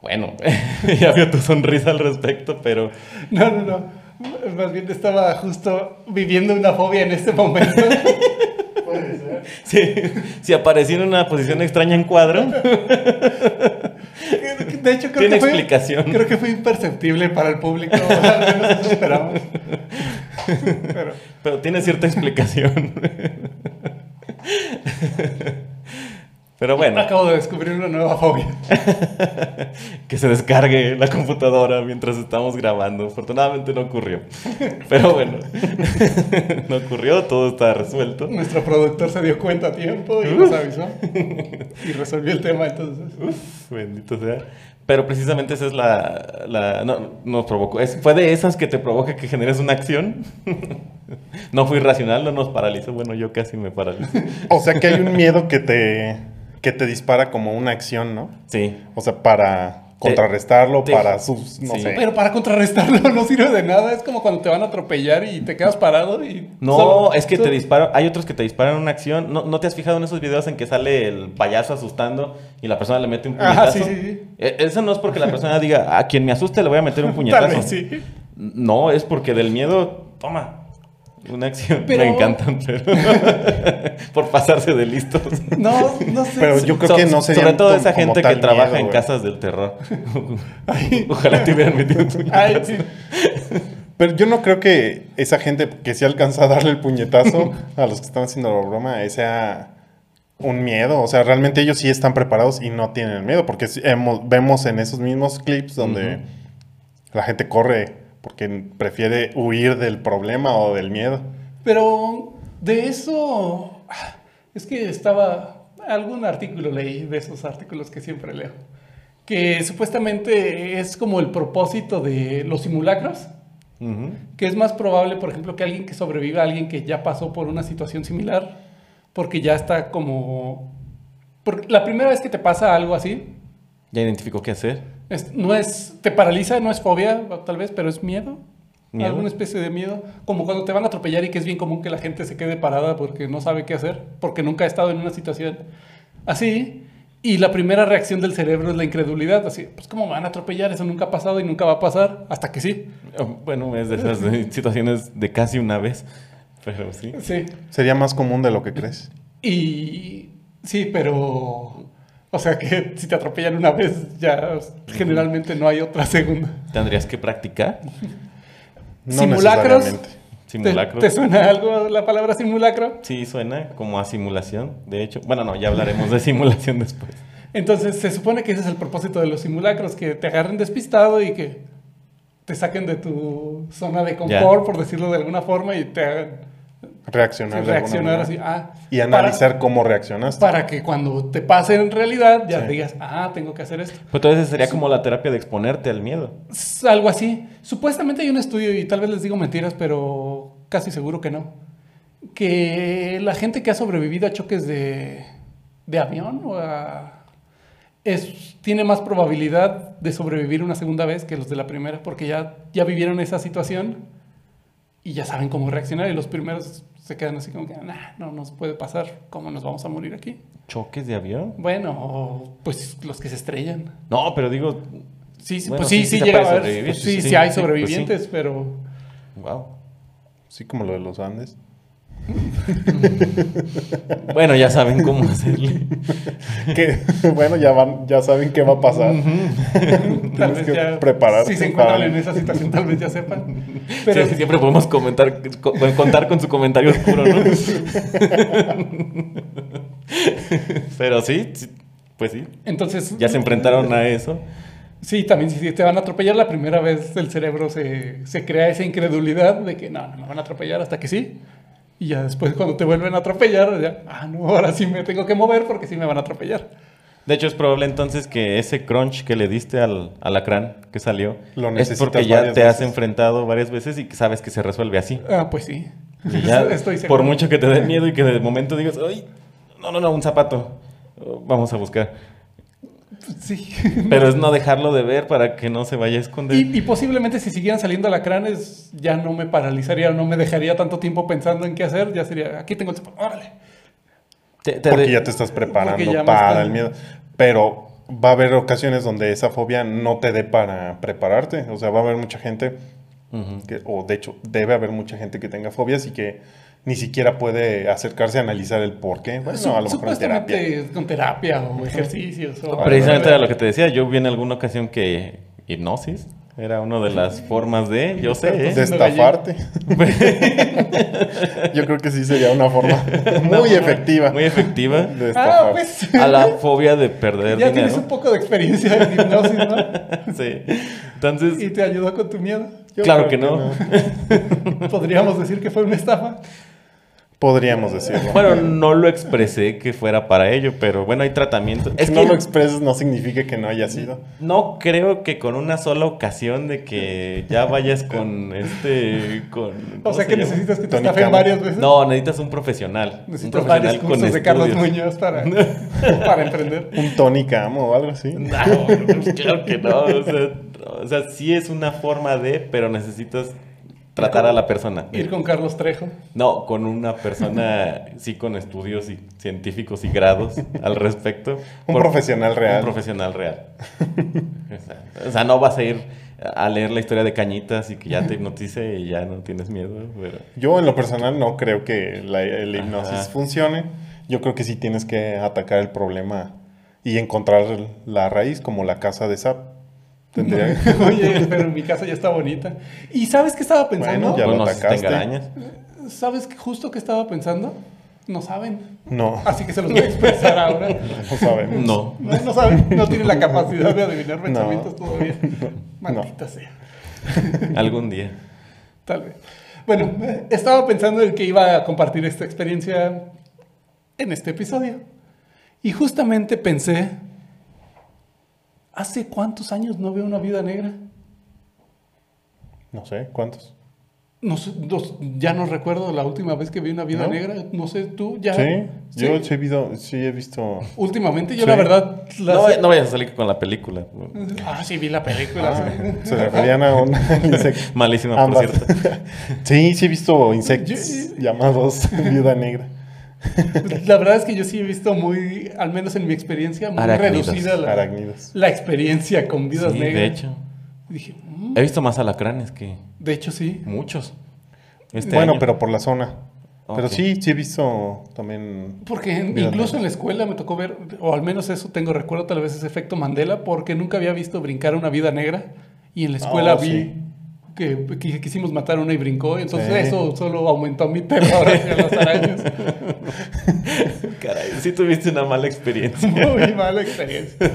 A: Bueno, ya veo tu sonrisa al respecto, pero...
B: No, no, no. M- Más bien estaba justo viviendo una fobia en este momento.
A: Sí, si apareció en una posición extraña en cuadro,
B: De hecho, creo
A: Tiene
B: que fue,
A: explicación.
B: Creo que fue imperceptible para el público. Al menos eso esperamos. Pero,
A: pero tiene cierta explicación. Pero bueno,
B: acabo de descubrir una nueva fobia.
A: que se descargue la computadora mientras estamos grabando. Afortunadamente no ocurrió. Pero bueno, no ocurrió, todo está resuelto.
B: Nuestro productor se dio cuenta a tiempo y nos avisó. Y resolvió el tema entonces.
A: Bendito sea. Pero precisamente esa es la... la- no, nos provocó. Es, fue de esas que te provoca que generes una acción. No fue irracional, no nos paralizó. Bueno, yo casi me paralizo.
C: O sea, que hay un miedo que te que te dispara como una acción, ¿no?
A: Sí,
C: O sea, para
A: Te-
C: contrarrestarlo,
A: te-
C: para sus, no
A: sí.
C: sé.
B: Pero para contrarrestarlo no sirve de nada. Es como cuando te van a atropellar y te quedas parado y...
A: No,
B: solo-
A: es que te
B: solo-
A: disparan. Hay otros que te disparan una acción. ¿No, ¿No te has fijado en esos videos en que sale el payaso asustando y la persona le mete un puñetazo?
B: Ajá, Ah, sí, sí, sí.
A: E- Eso no es porque la persona diga, a quien me asuste le voy a meter un puñetazo.
B: Tal vez sí.
A: No, es porque del miedo, toma, una acción.
B: Pero-
A: Me encantan, pero. por pasarse de listos.
B: No, no sé.
C: Pero yo creo que no serían
A: Sobre todo
C: como-
A: esa
C: como
A: gente que
C: tal
A: trabaja
C: miedo,
A: en
C: güey.
A: casas del terror. Ojalá te hubieran metido un puñetazo.
B: Ay, sí.
C: Pero yo no creo que esa gente que sí alcanza a darle el puñetazo a los que están haciendo la broma eh, sea un miedo. O sea, realmente ellos sí están preparados y no tienen miedo. Porque sí hemos- vemos en esos mismos clips donde
A: Ujú.
C: la gente corre porque prefiere huir del problema o del miedo.
B: Pero de eso, es que estaba, algún artículo leí, de esos artículos que siempre leo, que supuestamente es como el propósito de los simulacros,
A: Ujú.
B: que es más probable, por ejemplo, que alguien que sobreviva, alguien que ya pasó por una situación similar, porque ya está como... Porque la primera vez que te pasa algo así,
A: Ya identificó qué hacer.
B: es- no es, te paraliza, no es fobia, tal vez, pero es miedo.
A: Miedo.
B: Alguna especie de miedo. Como cuando te van a atropellar y que es bien común que la gente se quede parada porque no sabe qué hacer, porque nunca ha estado en una situación así. Y la primera reacción del cerebro es la incredulidad. Así, pues, ¿cómo me van a atropellar? Eso nunca ha pasado y nunca va a pasar. Hasta que sí.
A: Bueno, es de esas eh, situaciones de casi una vez, pero sí.
B: Sí.
C: Sería más común de lo que crees.
B: Y sí, pero. O sea que si te atropellan una vez, ya generalmente no hay otra segunda.
A: Tendrías que practicar
C: No
B: Simulacros.
C: necesariamente.
B: ¿Te-
A: simulacros.
B: ¿Te suena algo la palabra simulacro?
A: Sí, suena como a simulación, de hecho. Bueno, no, ya hablaremos de simulación después.
B: Entonces se supone que ese es el propósito de los simulacros, que te agarren despistado y que te saquen de tu zona de confort, por decirlo de alguna forma, y te hagan
C: Reaccionar. de alguna
B: reaccionar
C: manera.
B: así. Ah,
C: Y
B: para-
C: analizar cómo reaccionaste.
B: Para, que cuando te pase en realidad ya
C: Sí.
B: digas, ah, tengo que hacer esto.
A: Pues entonces sería como la terapia de exponerte al miedo.
B: Es Algo así. Supuestamente hay un estudio, y tal vez les digo mentiras, pero casi seguro que no. Que la gente que ha sobrevivido a choques de, de avión o a- es, tiene más probabilidad de sobrevivir una segunda vez que los de la primera, porque ya, ya vivieron esa situación y ya saben cómo reaccionar. Y los primeros se quedan así como que, "Nah, no nos puede pasar, ¿cómo nos vamos a morir aquí?
A: ¿Choques de avión?
B: Bueno, pues los que se estrellan.
A: No, pero digo,
B: Sí, sí,
A: Bueno,
B: pues sí,
A: sí,
B: sí,
A: sí se
B: llega
A: puede
B: a haber-
A: sobrevivir,
B: sí,
A: sí,
B: sí,
A: sí,
B: hay
A: sí, pues
B: sobrevivientes, pero
A: wow.
C: Sí, como lo de los Andes.
A: Bueno, ya saben cómo hacerle.
C: Que, bueno, ya, van, ya saben qué va a pasar.
B: tal
C: Tienes
B: vez
C: que
B: ya
C: prepararte
B: si se encuentran
C: para-
B: en esa situación, tal vez ya sepan. Pero
A: Sí, siempre podemos comentar, co- contar con su comentario oscuro, ¿no? pero sí, sí, pues sí.
B: entonces,
A: Ya se enfrentaron a eso.
B: sí, también si te van a atropellar la primera vez, el cerebro se, se crea esa incredulidad de que no, no me van a atropellar hasta que sí. Y ya después cuando te vuelven a atropellar, ya, ah, no, ahora sí me tengo que mover porque sí me van a atropellar.
A: De hecho, es probable entonces que ese crunch que le diste al alacrán que salió
C: Lo
A: es
C: necesitas
A: porque ya
C: varias
A: te has
C: veces.
A: enfrentado varias veces y que sabes que se resuelve así.
B: Ah, pues sí.
A: Y ya,
B: Estoy seguro.
A: por mucho que te dé miedo y que de momento digas, ay, no, no, no, un zapato. Oh, Vamos a buscar.
B: Sí.
A: Pero es no dejarlo de ver para que no se vaya a esconder.
B: Y, y posiblemente si siguieran saliendo alacranes, ya no me paralizaría, no me dejaría tanto tiempo pensando en qué hacer. Ya sería, aquí tengo el zapato, órale.
A: Te- te
C: porque
A: de-
C: ya te estás
B: Porque ya
C: preparando
B: más
C: para
B: tarde.
C: el miedo. Pero va a haber ocasiones donde esa fobia no te dé para prepararte. O sea, va a haber mucha gente,
A: Ujú.
C: que, o de hecho, debe haber mucha gente que tenga fobias y que ni siquiera puede acercarse a analizar el por qué. Bueno,
B: Su-
C: a lo mejor en
B: supuestamente
C: terapia.
B: con terapia o ejercicios. o-
A: Precisamente era lo que te decía, yo vi en alguna ocasión que hipnosis era una de las formas de, yo sé, ¿eh?
C: pues,
B: Entonces-
C: Destafarte. Yo creo que sí sería una forma muy efectiva.
A: muy efectiva,
C: de
B: Ah,
C: estafar.
B: pues.
A: a la fobia de perder
B: ya tienes
A: dinero.
B: un poco de experiencia en hipnosis, ¿no?
A: Sí. Entonces,
B: Y te ayudó con tu miedo.
C: Yo
A: claro
C: creo
A: que no.
B: Podríamos decir que fue una estafa.
C: Podríamos decirlo.
A: Bueno, no lo expresé que fuera para ello, pero bueno, hay tratamiento.
C: es
A: Es
C: que no
A: que
C: lo expreses no significa que no haya sido.
A: no creo que con una sola ocasión de que ya vayas con este con
B: O
A: ¿cómo
B: sea
A: se
B: que
A: llama?
B: necesitas que te
C: Tony
B: estafen
C: Camo.
B: varias veces.
A: No, necesitas un profesional, un
B: Necesitas varios
A: profesional con
B: cursos de Carlos
A: estudios.
B: Muñoz para, para emprender.
C: Un Tony Camo o algo así.
A: No, pues claro que no. O sea, o sea, sí es una forma de, pero necesitas tratar a la persona.
B: Ir con Carlos Trejo.
A: No, con una persona, sí, con estudios y- científicos y grados al respecto.
C: Un profesional real.
A: Un profesional real. O sea, o sea, no vas a ir a leer la historia de Cañitas y que ya te hipnotice y ya no tienes miedo. Pero...
C: Yo en lo personal no creo que la, la hipnosis
A: Ajá.
C: funcione. Yo creo que sí tienes que atacar el problema y encontrar la raíz, como la casa de Zap. Tendría
B: Oye, pero mi casa ya está bonita. ¿Y sabes qué estaba pensando?
C: Bueno, Ya lo
A: Bueno, pues si te
C: atacaste.
A: engañas.
B: ¿Sabes qué- justo qué estaba pensando? No saben.
C: No,
B: Así que se los voy a expresar ahora.
C: no sabemos.
A: No.
B: No, no saben, no tienen la capacidad de adivinar pensamientos
C: No.
B: todavía. Maldita sea.
A: Algún día.
B: Tal vez. Bueno, eh, estaba pensando en que iba a compartir esta experiencia en este episodio. Y justamente pensé, ¿hace cuántos años no veo una vida negra?
C: No sé, ¿cuántos?
B: No sé, dos- ya no recuerdo la última vez que vi una vida
C: ¿No?
B: negra. No sé, tú ya.
C: Sí,
B: Sí.
C: yo sí he visto, sí he visto
B: Últimamente yo
C: Sí.
B: la verdad... las-
A: No, vay- no vayas a salir con la película.
B: Ah, sí, vi la película. sí.
C: se referían a un insecto.
A: Malísima, por
C: Ambas.
A: cierto.
C: Sí, sí he visto insectos
B: Yo-
C: llamados viuda negra.
B: La verdad es que yo sí he visto muy, al menos en mi experiencia, muy
A: Arácnidos.
B: reducida la,
C: Arácnidos.
B: la experiencia con vidas
A: Sí,
B: negras.
A: de hecho.
B: Dije, "Mm,
A: He visto más alacranes que
B: de hecho sí.
C: Mm.
A: muchos. Este
C: Bueno,
A: año.
C: pero por la zona. Pero
A: Ok.
C: sí, sí he visto también.
B: Porque en-
C: Vidas
B: incluso en la escuela me tocó ver, o al menos eso tengo recuerdo, tal vez ese efecto Mandela, porque nunca había visto brincar una vida negra. Y en la escuela
C: Oh,
B: vi
C: sí.
B: que, que quisimos matar una y brincó, y entonces
C: Sí.
B: eso solo aumentó mi terror hacia las arañas.
A: Caray, sí tuviste una mala experiencia.
B: Muy mala experiencia.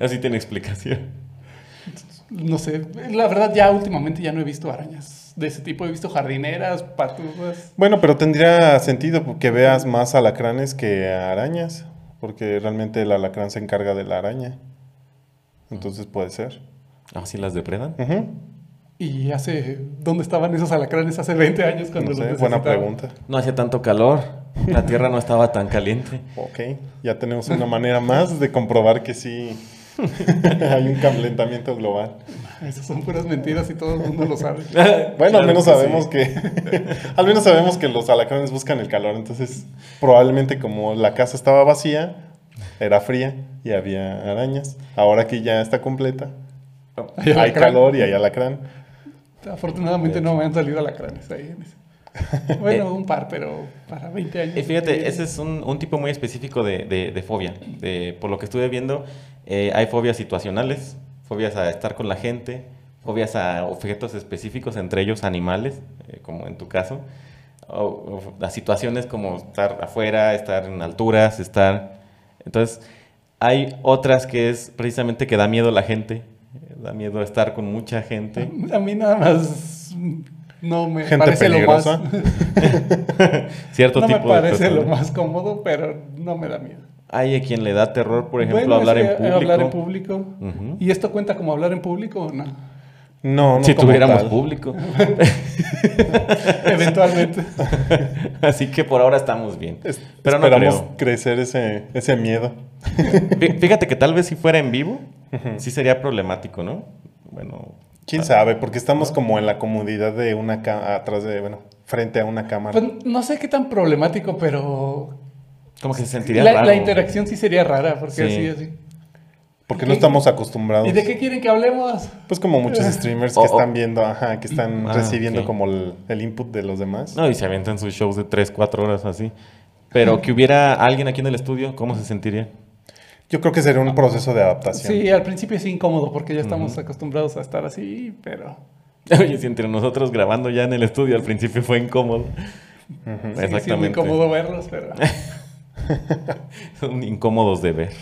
A: Así tiene explicación.
B: No sé, la verdad ya últimamente ya no he visto arañas de ese tipo, he visto jardineras, patubas.
C: Bueno, pero tendría sentido que veas más alacranes que arañas, porque realmente el alacrán se encarga de la araña. Entonces puede ser.
A: Ah, sí las depredan.
C: Ujú.
B: Y hace, ¿dónde estaban esos alacranes hace 20 años cuando
C: No
B: los
C: sé, buena
B: necesitaba?
C: pregunta.
A: No hacía tanto calor. La tierra no estaba tan caliente.
C: Ok, ya tenemos una manera más de comprobar que sí hay un calentamiento global.
B: Esas son puras mentiras y todo el mundo lo sabe.
C: Bueno, al
A: Claro
C: menos
A: que sí.
C: sabemos que al menos sabemos que los alacranes buscan el calor, entonces probablemente como la casa estaba vacía, era fría y había arañas. Ahora que ya está completa,
B: Hay
C: hay
B: alacrán.
C: calor y hay alacrán.
B: Afortunadamente no me han salido alacranes ahí. en ese. Bueno, un par, pero para 20 años.
A: Eh, fíjate, ese es un, un tipo muy específico de, de- de fobia. De- por lo que estuve viendo, eh, hay fobias situacionales, fobias a estar con la gente, fobias a objetos específicos, entre ellos animales, eh, como en tu caso. O, o a situaciones como estar afuera, estar en alturas, estar... Entonces, hay otras que es precisamente que da miedo a la gente, eh, da miedo a estar con mucha gente.
B: A mí nada más mm, no me
C: Gente
B: parece
C: peligrosa.
B: lo más.
A: Cierto
B: No me
A: tipo de
B: parece lo
A: personas.
B: más cómodo, pero no me da miedo.
A: Hay a quien le da terror, por ejemplo,
B: Bueno,
A: hablar,
B: es
A: en
B: que
A: público.
B: hablar en público.
A: Ujú.
B: ¿Y esto cuenta como hablar en público o no?
C: No, no
A: si
C: como
A: tuviéramos
C: tal.
A: público.
B: Eventualmente.
A: Así que por ahora estamos bien.
C: Es-
A: Pero no
C: esperamos
A: creo.
C: crecer ese, ese miedo.
A: Fí- Fíjate que tal vez si fuera en vivo, sí sería problemático, ¿no? Bueno,
C: Quién sabe, porque estamos como en la comodidad de una ca- atrás de, bueno, frente a una cámara.
B: Pues no sé qué tan problemático, pero
A: como que se sentiría
B: la, la
A: raro.
B: interacción sí sería rara, porque
A: Sí.
B: así, así.
C: porque no estamos acostumbrados.
B: ¿Y de qué quieren que hablemos?
C: Pues como muchos streamers que
A: O- o-
C: están viendo, ajá, que están
A: Ah,
C: recibiendo
A: ok.
C: como el, el input de los demás.
A: No, y se avientan sus shows de 3, 4 horas así. Pero que hubiera alguien aquí en el estudio, ¿cómo se sentiría?
C: Yo creo que sería
A: Ah.
C: un proceso de adaptación.
B: Sí, al principio es incómodo porque ya estamos acostumbrados a estar así, pero
A: Oye, si entre nosotros grabando ya en el estudio al principio fue incómodo.
B: sigue siendo incómodo verlos, pero
A: Son incómodos de ver.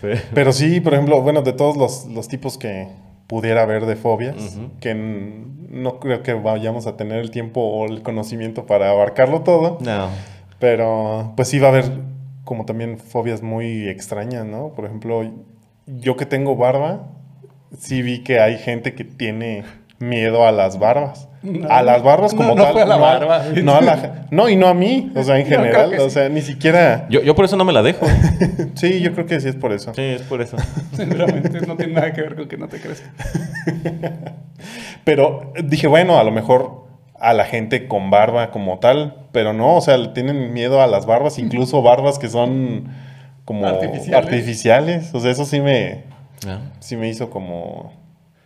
A: Pero-
C: Pero sí, por ejemplo, bueno, de todos los, los tipos que pudiera haber de fobias,
A: Ujú.
C: que n- no creo que vayamos a tener el tiempo o el conocimiento para abarcarlo todo,
A: No.
C: pero pues sí va a haber como también fobias muy extrañas, ¿no? Por ejemplo, yo que tengo barba, sí vi que hay gente que tiene miedo a las barbas.
B: No.
C: a las barbas como
B: No, no
C: tal.
B: fue a la barba.
C: no, a la- no, y no a mí, o sea, en
B: No, claro
C: general,
B: que
C: o
B: sí.
C: sea, ni siquiera...
A: Yo, yo por eso no me la dejo.
C: Sí, yo creo que sí es por eso.
A: Sí, es por eso.
B: seguramente no tiene nada que ver con que no te crezca.
C: Pero eh, dije, bueno, a lo mejor a la gente con barba como tal, pero no, o sea, le tienen miedo a las barbas, incluso barbas que son como
B: Artificiales.
C: artificiales. O sea, eso sí me,
A: No.
C: sí me hizo como,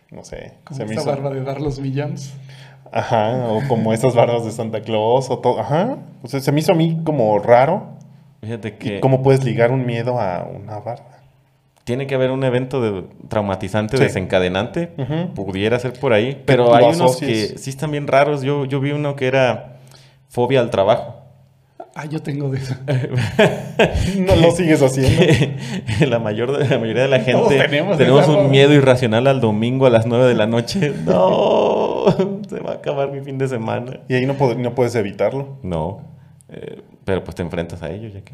C: no sé,
B: Como
C: se me
B: esa
C: hizo...
B: barba de dar los millams.
C: Ajá, o como esas barbas de Santa Claus o todo, ajá. O sea, se me hizo a mí como raro.
A: Fíjate
C: ¿Y
A: que
C: cómo puedes ligar un miedo a una barba?
A: tiene que haber un evento de- traumatizante,
C: Sí.
A: desencadenante.
C: Ujú.
A: Pudiera ser por ahí. Pero
C: lo
A: hay unos
C: asocies.
A: que sí están bien raros. Yo, yo vi uno que era fobia al trabajo.
B: Ah, yo tengo de eso.
C: No lo sigues haciendo.
A: la, mayor de- la mayoría de la
B: Todos
A: gente
B: tenemos
A: tenemos,
B: esa
A: un
B: fobia.
A: miedo irracional al domingo a las 9 de la noche. No, se va a acabar mi fin de semana.
C: Y ahí no, pod- no puedes evitarlo.
A: No, eh, pero pues te enfrentas a ello, ya que.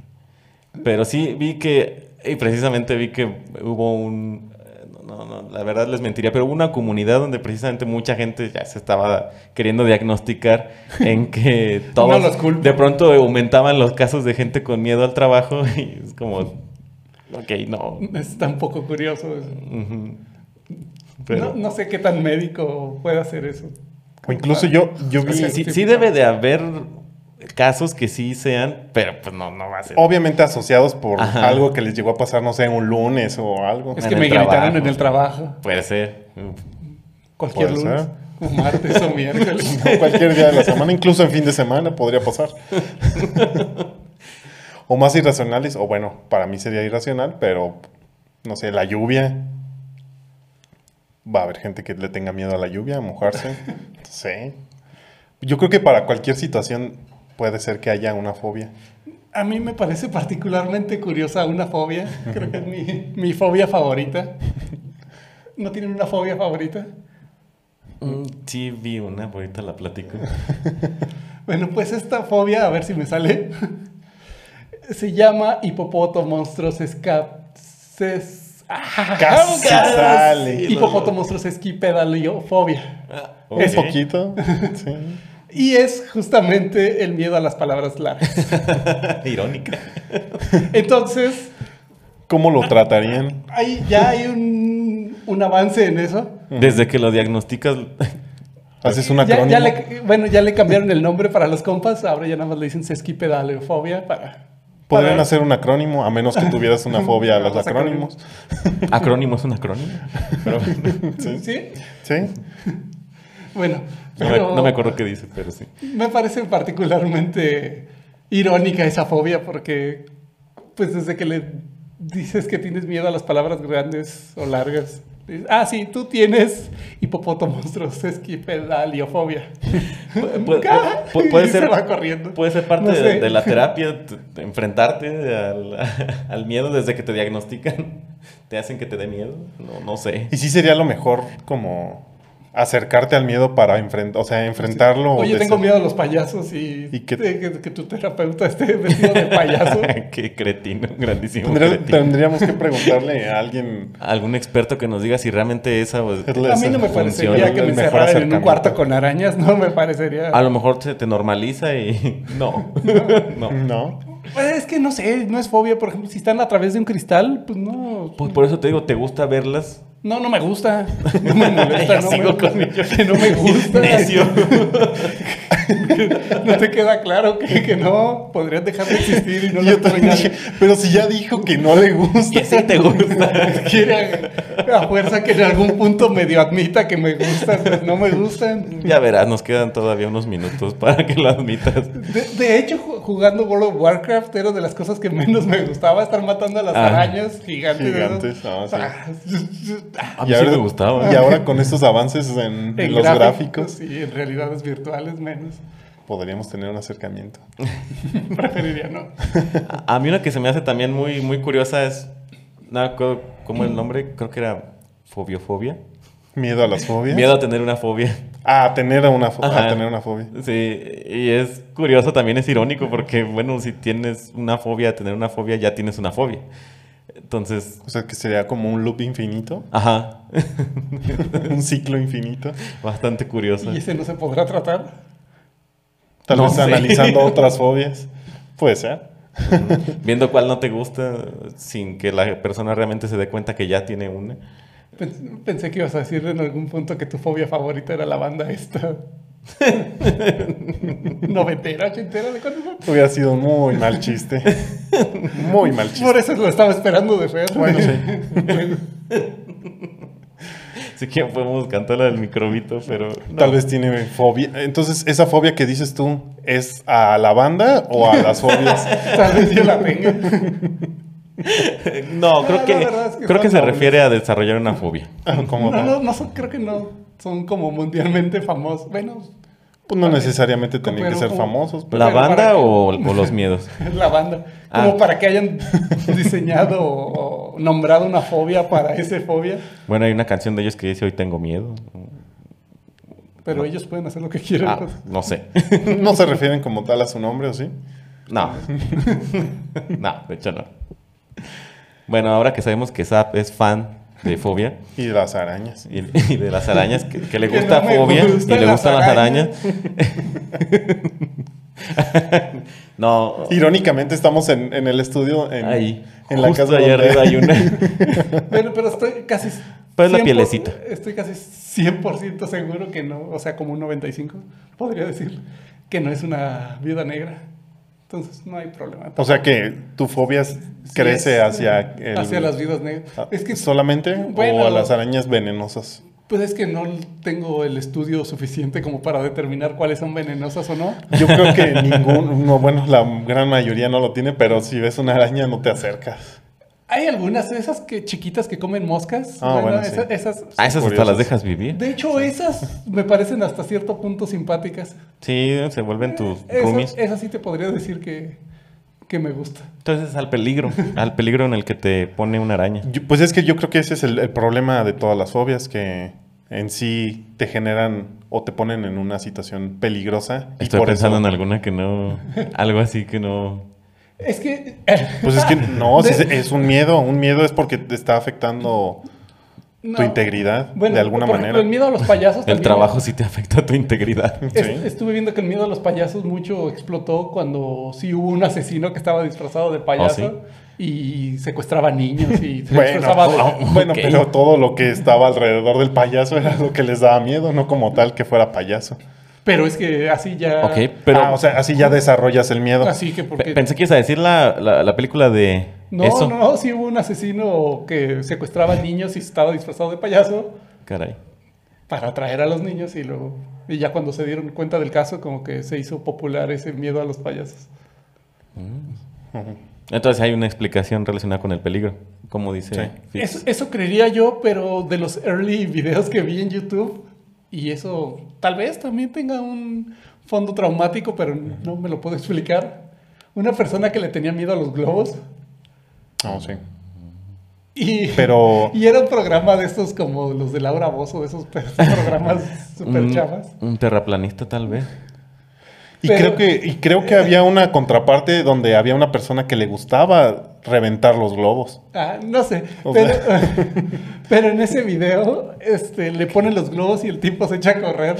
A: Pero sí vi que, y precisamente vi que hubo un. eh, No, no, la verdad les mentiría, pero hubo una comunidad donde precisamente mucha gente ya se estaba queriendo diagnosticar en que todos
B: No los culpo.
A: de pronto aumentaban los casos de gente con miedo al trabajo y es como, ok, no.
B: Es tan poco curioso. eso.
A: Ujú. Pero,
B: No, no sé qué tan médico puede hacer eso.
C: O incluso yo, yo vi...
A: o sea, sí, sí debe de haber casos que sí sean, pero pues no, no va a ser.
C: Obviamente asociados por
A: Ajá.
C: algo que les llegó a pasar, no sé, un lunes o algo.
B: Es
A: En
B: que
A: el
B: me gritaron
A: trabajo.
B: en el trabajo.
A: Puede ser. Mm.
B: Cualquier
C: Puede
B: lunes.
C: ser.
B: O martes o miércoles.
C: Cualquier día de la semana, incluso en fin de semana podría pasar. o más irracionales, o bueno, para mí sería irracional, pero no sé, la lluvia. va a haber gente que le tenga miedo a la lluvia, a mojarse. sí. Yo creo que para cualquier situación puede ser que haya una fobia.
B: A mí me parece particularmente curiosa una fobia. Creo que es mi, mi fobia favorita. ¿No tienen una fobia favorita?
A: Mm, Sí, vi una, ahorita la platico.
B: Bueno, pues esta fobia, a ver si me sale, se llama hipopoto monstruos escapes.
A: casi.
C: Casi sale.
B: Hipopoto monstruos esquipedaliofobia.
A: Ah,
C: Un
A: ok.
C: poquito. Sí.
B: Y es justamente el miedo a las palabras largas.
A: Irónica.
B: Entonces,
C: ¿Cómo lo tratarían?
B: hay, ya hay un, un avance en eso.
A: Desde que lo diagnosticas,
C: Haces una
B: Ya,
C: crónica.
B: ya le, bueno, ya le cambiaron el nombre para los compas. Ahora ya nada más le dicen sesquipedaliofobia para...
C: Podrían
B: para-
C: hacer un acrónimo, a menos que tuvieras una fobia a los
B: Los
C: acrónimos.
B: acrónimos.
A: acrónimo es un acrónimo. Pero
C: Sí.
B: ¿Sí?
C: Sí.
B: Bueno.
A: no, me,
B: pero-
A: no me acuerdo qué dice, pero sí.
B: Me parece particularmente irónica esa fobia porque, pues desde que le dices que tienes miedo a las palabras grandes o largas, dices, ah, sí, tú tienes hipopotomonstruos, esquipedaliofobia.
A: Pu- pu- pu- puede
B: Y se
A: ser-
B: va corriendo.
A: Puede ser parte
B: No
A: de,
B: sé.
A: de la terapia, t- de enfrentarte al, al miedo desde que te diagnostican. ¿Te hacen que te dé miedo? No, no sé.
C: Y sí sería lo mejor como acercarte al miedo para enfrentar, o sea, enfrentarlo.
B: Oye,
C: o
B: tengo
C: des-
B: miedo a los payasos y,
C: ¿Y qué-
B: eh, que, que tu terapeuta esté vestido de payaso.
A: qué cretino, grandísimo
C: Tendría-
A: cretino.
C: tendríamos que preguntarle a alguien.
A: Algún experto que nos diga si realmente esa... o-
C: Es la-
B: A mí no me
C: Funciona.
B: parecería que
C: El
B: me
C: mejor
B: encerraran en un
C: acercamiento.
B: cuarto con arañas, no me parecería.
A: A lo mejor se te normaliza y... No. no.
C: No.
B: Pues es que no sé, no es fobia. Por ejemplo, si están a través de un cristal, pues no.
A: Pues por eso te digo, ¿te gusta verlas?
B: No, no me gusta. No me molesta.
A: Yo
B: no
A: sigo
B: me,
A: con ello.
B: Que no me gusta.
A: Necio.
B: No te queda claro que, que no. Podrías dejar de existir y no
C: Y
B: lo
C: yo también dije, pero si ya dijo que no le gusta.
A: Que sí te gusta.
B: Quiere a fuerza que en algún punto medio admita que me gustan, pues no me gustan.
A: Ya verás, nos quedan todavía unos minutos para que lo admitas.
B: De, de hecho, ju- jugando World of Warcraft era de las cosas que menos me gustaba, estar matando a las
A: Ah.
B: arañas gigantes.
C: Gigantes,
B: ¿no?
C: ah, sí.
B: Ah,
A: A mí sí me gustaba.
C: Y ahora con estos avances en,
B: En
C: los gráficos,
B: Y en realidades virtuales menos.
C: podríamos tener un acercamiento.
B: Preferiría no.
A: A a mí una que se me hace también muy, muy curiosa es... No me acuerdo cómo el nombre, creo que era fobiofobia.
C: Miedo a las fobias.
A: Miedo a tener una fobia.
C: a tener una, fo- a
A: Ajá.
C: tener una fobia.
A: Sí, y es curioso, también es irónico porque, bueno, si tienes una fobia, tener una fobia, ya tienes una fobia. Entonces,
C: O sea, que sería como un loop infinito,
A: ajá,
C: un ciclo infinito.
A: bastante curioso.
B: ¿Y ese no se podrá tratar?
C: Tal
A: No
C: vez
A: sé.
C: analizando otras fobias. Puede ser.
A: Viendo cuál no te gusta sin que la persona realmente se dé cuenta que ya tiene una.
B: Pen- Pensé que ibas a decir en algún punto que tu fobia favorita era la banda esta. Noventera, ochentera, ¿de cuándo fue?
C: Hubiera sido muy mal chiste. Muy mal
B: Por
C: chiste.
B: eso lo estaba esperando de Fer.
C: Bueno, sí.
A: Así que podemos cantar la del microbito, pero... no.
C: Tal vez tiene fobia. Entonces, ¿esa fobia que dices tú es a la banda o a las fobias?
B: Tal vez yo la tenga.
A: No,
B: No,
A: creo
B: la
A: que,
B: verdad es que
A: creo que
B: son
A: se
B: nobles.
A: refiere a desarrollar una fobia.
C: Ah, Como,
B: No, no, no son, creo que no. Son como mundialmente famosos. Bueno,
C: pues no necesariamente tienen que
B: Pero
C: ser
B: como-
C: famosos. pero-
A: ¿La
B: Pero Pues para
A: banda
B: que-
A: o, o los miedos?
B: es la banda.
A: Ah.
B: Como para que hayan diseñado o o nombrado una fobia para esa fobia.
A: Bueno, hay una canción de ellos que dice, hoy tengo miedo.
B: Pero ellos pueden hacer lo que quieran.
A: Ah, no sé.
C: No se refieren como tal a su nombre, ¿o sí?
A: No. no, de hecho no. Bueno, ahora que sabemos que Zap es fan de fobia
C: Y las arañas.
A: y, y de las arañas, que, que le
B: Que
A: gusta
B: no me
A: fobia
B: gustan
A: y le
B: las
A: gustan las arañas. no.
C: Irónicamente estamos en, en el estudio en,
A: Ahí.
C: en la
A: justo
C: casa
A: allá
C: donde-
A: arriba hay una.
B: Pero, pero estoy casi.
A: Pero es la
B: 100%
A: pielecita.
B: Estoy casi 100% seguro que no. O sea, como un 95, podría decir que no es una viuda negra. Entonces no hay problema.
C: O sea que tu fobia es- crece
B: es, eh,
C: hacia el-
B: Hacia las viudas negras.
C: Ah,
B: Es que
C: solamente
B: bueno.
C: o a las arañas venenosas.
B: Pues es que no tengo el estudio suficiente como para determinar cuáles son venenosas o no.
C: Yo creo que ningún, no, bueno, la gran mayoría no lo tiene, pero si ves una araña no te acercas.
B: Hay algunas de esas que chiquitas que comen moscas.
C: Ah,
B: ¿verdad?
C: bueno, sí.
B: Esa- esas.
A: Ah, esas hasta
C: Curiosos.
A: las dejas vivir.
B: De hecho, esas me parecen hasta cierto punto simpáticas.
A: Sí, se vuelven tus roomies.
B: Esa, esa sí te podría decir que, que me gusta.
A: Entonces al peligro, al peligro en el que te pone una araña.
C: Yo- pues es que yo creo que ese es el, el problema de todas las fobias, que en sí te generan o te ponen en una situación peligrosa. y
A: Estoy
C: por
A: pensando en
C: eso,
A: alguna que no, algo así que no.
B: Es que.
C: Pues es que no,
B: De-
C: sí es, es un miedo. Un miedo es porque te está afectando
B: no.
C: tu integridad
B: Bueno,
C: de alguna
B: por
C: manera.
B: ejemplo, el miedo a los payasos.
A: El
B: también.
A: trabajo sí te afecta a tu integridad.
B: Es-
C: Sí.
B: estuve viendo que el miedo a los payasos mucho explotó cuando sí hubo un asesino que estaba disfrazado de payaso y secuestraba niños y se
C: Ah, Bueno,
B: disfrazaba de-
C: todo- bueno,
A: Ah, ok.
C: pero todo lo que estaba alrededor del payaso era lo que les daba miedo, no como tal que fuera payaso.
B: Pero es que así ya.
A: Ok, pero
C: ah, o sea, así ya desarrollas el miedo.
B: Así que
A: pe-
B: porque.
A: pensé que ibas a decir la, la- la película de
B: no,
A: eso.
B: no, no, sí hubo un asesino que secuestraba niños y estaba disfrazado de payaso
A: Caray.
B: para atraer a los niños y luego. Y ya cuando se dieron cuenta del caso, como que se hizo popular ese miedo a los payasos.
C: Ujú.
A: Entonces hay una explicación relacionada con el peligro, como dice.
C: Sí.
A: Fitz.
B: Eso, eso creería yo, pero de los early videos que vi en YouTube, y eso tal vez también tenga un fondo traumático, pero no me lo puedo explicar. Una persona que le tenía miedo a los globos
C: No, Oh, sí.
B: y,
C: Pero
B: y era un programa de estos como los de Laura Bozo, de esos pe-
C: Mm,
B: programas super
A: Un-
B: chavas.
A: Un, terraplanista tal vez.
C: Y creo
B: Pero-
C: que, y creo que había una contraparte donde había una persona que le gustaba reventar los globos.
B: Ah, no sé,
C: O
B: pero, pero en ese video este, le ponen los globos y el tipo se echa a correr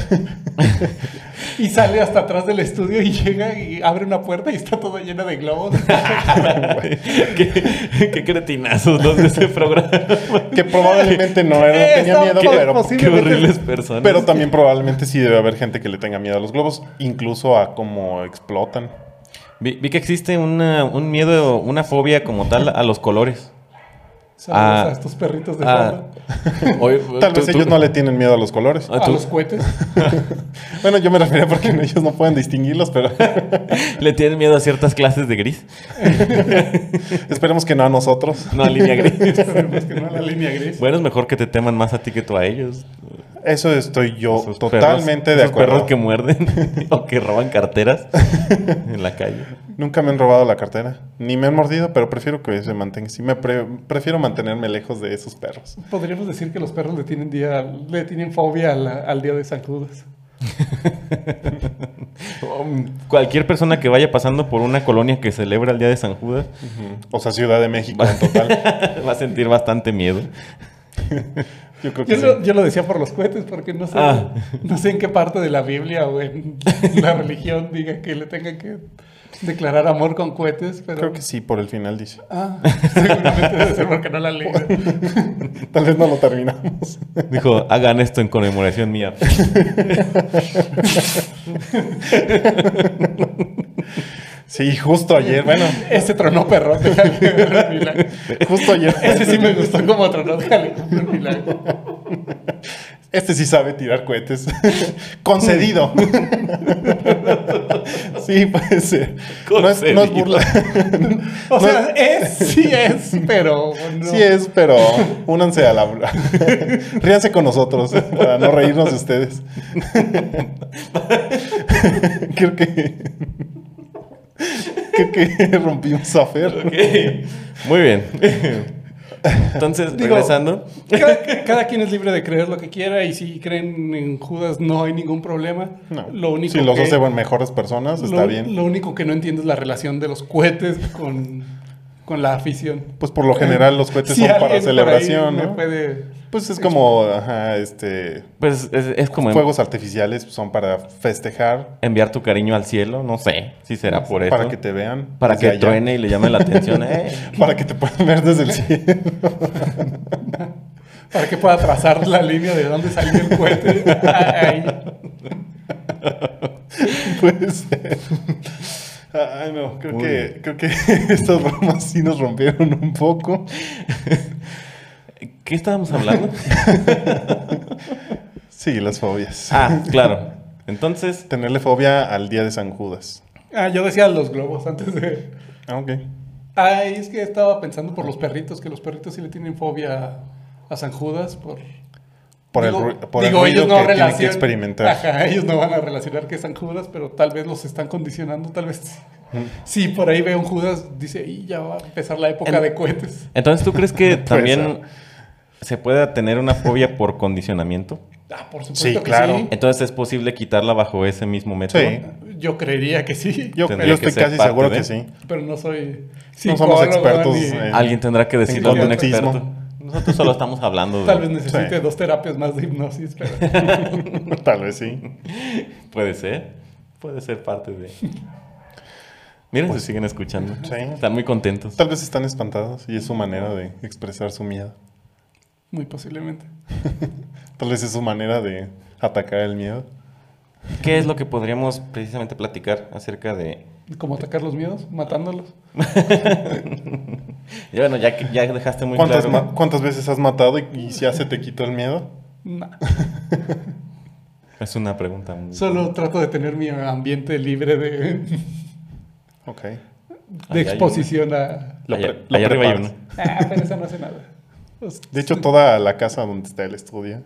B: y sale hasta atrás del estudio y llega y abre una puerta y está todo lleno de globos.
C: Ah,
A: qué, qué cretinazos los de ese programa.
C: Que probablemente no era,
B: Eh,
C: tenía
B: está
C: miedo,
B: poco
C: pero,
B: posible.
A: qué horribles personas.
C: pero también probablemente sí debe haber gente que le tenga miedo a los globos, incluso a cómo explotan.
A: Vi, vi que existe una- un miedo, una fobia como tal a los colores.
B: Saludos
A: Ah.
B: a estos perritos de
A: Ah,
B: fondo.
A: oye,
C: Tal
A: tú-
C: vez
A: tú-
C: ellos no le tienen miedo a los colores.
A: Ah,
B: a
A: tú-
B: los cohetes.
C: Bueno, yo me refería porque ellos no pueden distinguirlos, pero
A: le tienen miedo a ciertas clases de gris,
C: esperemos que no a nosotros.
A: no a línea gris.
B: Esperemos que no la línea gris.
A: Bueno, es mejor que te teman más a ti que tú a ellos.
C: Eso estoy yo
A: Esos
C: totalmente
A: perros-
C: de
A: esos
C: acuerdo.
A: perros que muerden o que roban carteras en la calle.
C: Nunca me han robado la cartera, ni me han mordido, pero prefiero que se mantenga. Sí, me pre- prefiero mantenerme lejos de esos perros.
B: Podríamos decir que los perros le tienen día, le tienen fobia al, al día de San Judas.
A: Um, Cualquier persona que vaya pasando por una colonia que celebra el Día de San Judas
C: O sea, Ciudad de México en total.
A: va a sentir bastante miedo.
C: Yo creo que
B: Yo,
C: sí.
B: lo, yo lo decía por los cohetes, porque no sé,
A: Ah.
B: no sé en qué parte de la Biblia o en la religión diga que le tengan que declarar amor con cohetes, pero.
C: Creo que sí, por el final dice.
B: Ah, seguramente debe ser porque no la leí.
C: Tal vez no lo terminamos.
A: Dijo, hagan esto en conmemoración mía.
C: Sí, justo ayer, bueno,
B: Ese tronó perro, déjale ver el milagro.
C: justo ayer.
B: Ese sí me gustó como tronó, déjale ver el milagro.
C: Este sí sabe tirar cohetes. Concedido. Sí, puede ser. No es, no es
A: Concedido.
C: burla.
B: O
C: No-
B: sea, es, sí es, pero no.
C: Sí es, pero únanse a la... Ríanse con nosotros para no reírnos de ustedes. Creo que... Creo que rompimos a Fer.
A: Muy bien. Entonces,
B: Digo,
A: regresando.
B: Cada, cada quien es libre de creer lo que quiera y si creen en Judas no hay ningún problema.
C: No.
B: Lo único
C: si los
B: que,
C: hace mejores personas, Pues está
B: lo,
C: bien.
B: lo único que no entiendo es la relación de los cohetes con, con la afición.
C: Pues por lo general los cohetes
B: eh, Si
C: son
B: alguien por
C: para
B: ahí
C: celebración,
B: me
C: ¿no?
B: puede-
C: Pues es como, ajá, este...
A: Pues es, es como en-
C: Fuegos artificiales son para festejar,
A: enviar tu cariño al cielo. No sé si será por eso.
C: para que te vean.
A: Para
C: desde
A: que
C: allá,
A: truene y le llame la atención. Eh,
C: Para que te puedan ver desde el cielo.
B: Para que pueda trazar la línea de dónde salió el cohete. Ahí.
C: Puede ser. Ah, Ay, no, creo
A: Muy
C: que, creo que estas bromas sí nos rompieron un poco.
A: ¿Qué estábamos hablando?
C: Sí, las fobias.
A: Ah, claro. Entonces,
C: Tenerle fobia al día de San Judas.
B: Ah, yo decía los globos antes de...
C: Ah, ok.
B: Ay, es que estaba pensando por los perritos, que los perritos sí le tienen fobia a San Judas por...
C: Por el,
B: Digo-
C: ru- por el
B: digo,
C: ruido
B: ellos no
C: que tiene que
B: relacion-
C: experimentar.
B: Ajá, ellos no van a relacionar que es San Judas, pero tal vez los están condicionando, tal vez. Sí, por ahí ve un Judas, dice, y ya va a empezar la época
A: En-
B: de cohetes.
A: Entonces, ¿tú crees que
C: Puede
A: también se pueda tener una fobia por condicionamiento?
B: Ah, por supuesto
C: Sí,
B: que
C: claro.
B: sí.
A: Entonces, ¿es posible quitarla bajo ese mismo método?
C: Sí.
B: Yo creería que sí,
C: Yo,
A: Tendría
C: yo
A: que
C: estoy
A: ser
C: casi
A: parte
C: seguro
A: de-
C: que sí.
B: pero no soy
C: No somos
B: psicólogo
C: expertos
B: ni-
C: en-
A: Alguien tendrá que decirlo a un
C: conductismo.
A: experto. Nosotros solo estamos hablando.
B: Tal
A: De...
B: vez necesite
C: Sí.
B: dos terapias más de hipnosis, pero...
C: Tal vez sí.
A: Puede ser. Puede ser parte de. Miren, se siguen escuchando.
C: Sí.
A: Están muy contentos.
C: Tal vez están espantados y es su manera de expresar su miedo.
B: Muy posiblemente.
C: Tal vez es su manera de atacar el miedo.
A: ¿Qué es lo que podríamos precisamente platicar acerca de.
B: ¿Cómo atacar los miedos? Matándolos.
A: Ya, Bueno, ya, que- ya dejaste muy
C: ¿Cuántas,
A: claro.
C: ma- cuántas veces has matado y, y ya se te quitó el miedo?
B: Nah.
A: Es una pregunta muy.
B: Solo trato de tener mi ambiente libre de, de
C: Ok.
A: hay
B: exposición a...
C: Lo
A: Allá,
C: pre- lo
A: allá arriba hay
C: preparas.
A: uno.
B: Ah, pero eso no hace nada. Pues,
C: De hecho, toda la casa donde está el estudio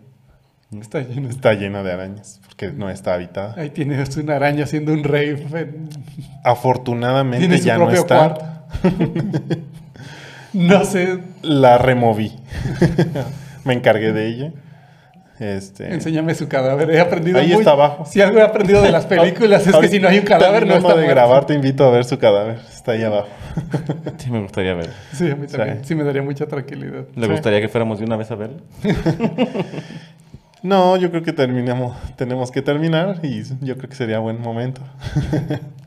B: está lleno.
C: está llena de arañas porque no está habitada.
B: Ahí tienes una araña haciendo un rave. en-
C: Afortunadamente
B: Tiene su
C: ya no
B: propio
C: está.
B: No
C: Eh.
B: sé,
C: La removí. Me encargué de ella. Este,
B: enséñame su cadáver. He aprendido
C: Ahí
B: muy-
C: está abajo.
B: Si algo he aprendido de las películas es que
C: Ahorita
B: si no hay un cadáver no
C: terminando
B: está
C: de
B: muerto.
C: grabar, te invito a ver su cadáver. Está ahí abajo.
A: Sí, me gustaría verlo.
B: Sí, a mí también.
C: Sí.
B: Sí me daría mucha tranquilidad.
A: ¿Le
C: Sí.
A: gustaría que fuéramos de una vez a verlo?
C: No, yo creo que terminamos, tenemos que terminar y yo creo que sería buen momento.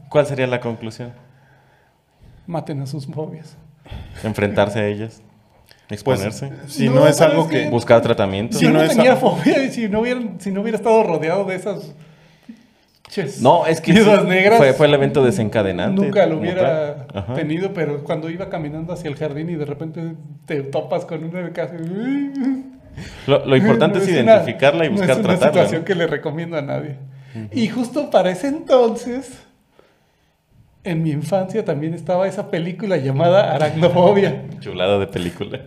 A: ¿Cuál sería la conclusión?
B: Maten a sus fobias.
A: enfrentarse a ellas,
C: Pues,
A: exponerse,
C: si no,
B: No,
C: es
B: pero
C: algo
B: es que-
C: que...
A: buscar tratamiento.
C: Sí.
B: yo
C: no
B: no,
C: es
B: tenía
C: a-
B: fobia y si no hubiera, si no hubiera estado rodeado de esas ches-
A: No, es que
B: viudas
A: sí,
B: negras,
A: Fue, fue el evento desencadenante.
B: nunca lo
A: como
B: hubiera
A: tal. Ajá.
B: tenido, pero cuando iba caminando hacia el jardín y de repente te topas con una de casi...
A: Lo, lo importante es,
B: una-
A: identificarla y
B: no
A: buscar
B: es una
A: tratarla.
B: situación
A: ¿no?
B: que le recomiendo a nadie. Y justo para ese entonces, en mi infancia también estaba esa película llamada Aracnofobia.
A: Chulada de película.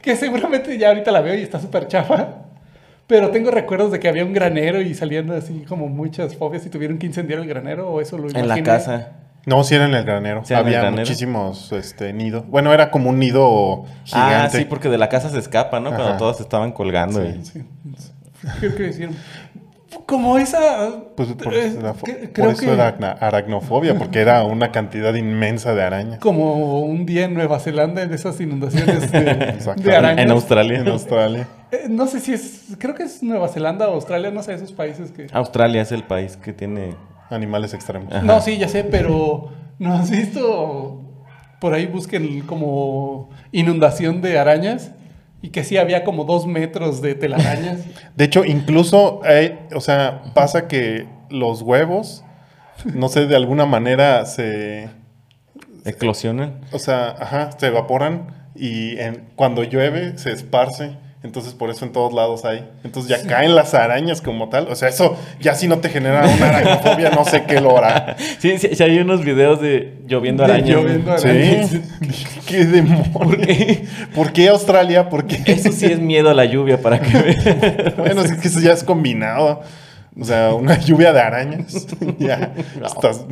B: que seguramente ya ahorita la veo y está súper chafa. Pero tengo recuerdos de que había un granero y salían así como muchas fobias y tuvieron que incendiar el granero o eso lo
A: En la
B: imaginé.
A: casa.
C: No, sí era en el granero.
A: Sí era en el
C: Había
A: granero.
C: muchísimos este, nidos. Bueno, era como un nido
A: Ah,
C: gigante.
A: sí, porque de la casa se escapa, ¿no? Cuando
C: Ajá.
A: todas estaban colgando. y-
B: Sí, sí. Creo que hicieron. Como esa.
C: Pues por,
B: eh,
C: eso era fo-
B: que-
C: por
B: creo
C: eso
B: que
C: era acna- aracnofobia, porque era una cantidad inmensa de arañas.
B: Como un día en Nueva Zelanda, en esas inundaciones de, de
A: En, en
B: arañas.
A: Australia.
C: En Australia.
B: Eh, no sé si es. Creo que es Nueva Zelanda o Australia, no sé, esos países que.
A: Australia es el país que tiene.
C: Animales extremos.
A: Ajá.
B: No, sí, ya sé, pero ¿no has visto? Por ahí busquen como inundación de arañas y que sí había como dos metros de telarañas.
C: De hecho, incluso, hay- o sea, pasa que los huevos, no sé, de alguna manera se,
A: Eclosionan.
C: o sea, ajá, se evaporan y en- cuando llueve se esparce. Entonces, por eso en todos lados hay. Entonces, ya caen las arañas como tal. O sea, eso ya si no te genera una aracnofobia, no sé qué lo hará.
A: Sí, sí, sí, hay unos videos de lloviendo
B: De
A: arañas.
B: lloviendo
C: Sí.
B: arañas.
C: ¿Qué demonios? ¿Por qué, Australia? ¿Por qué?
A: Eso sí es miedo a la lluvia para que vean.
C: Bueno, es que eso ya es combinado. O sea, una lluvia de arañas. ya. Estás-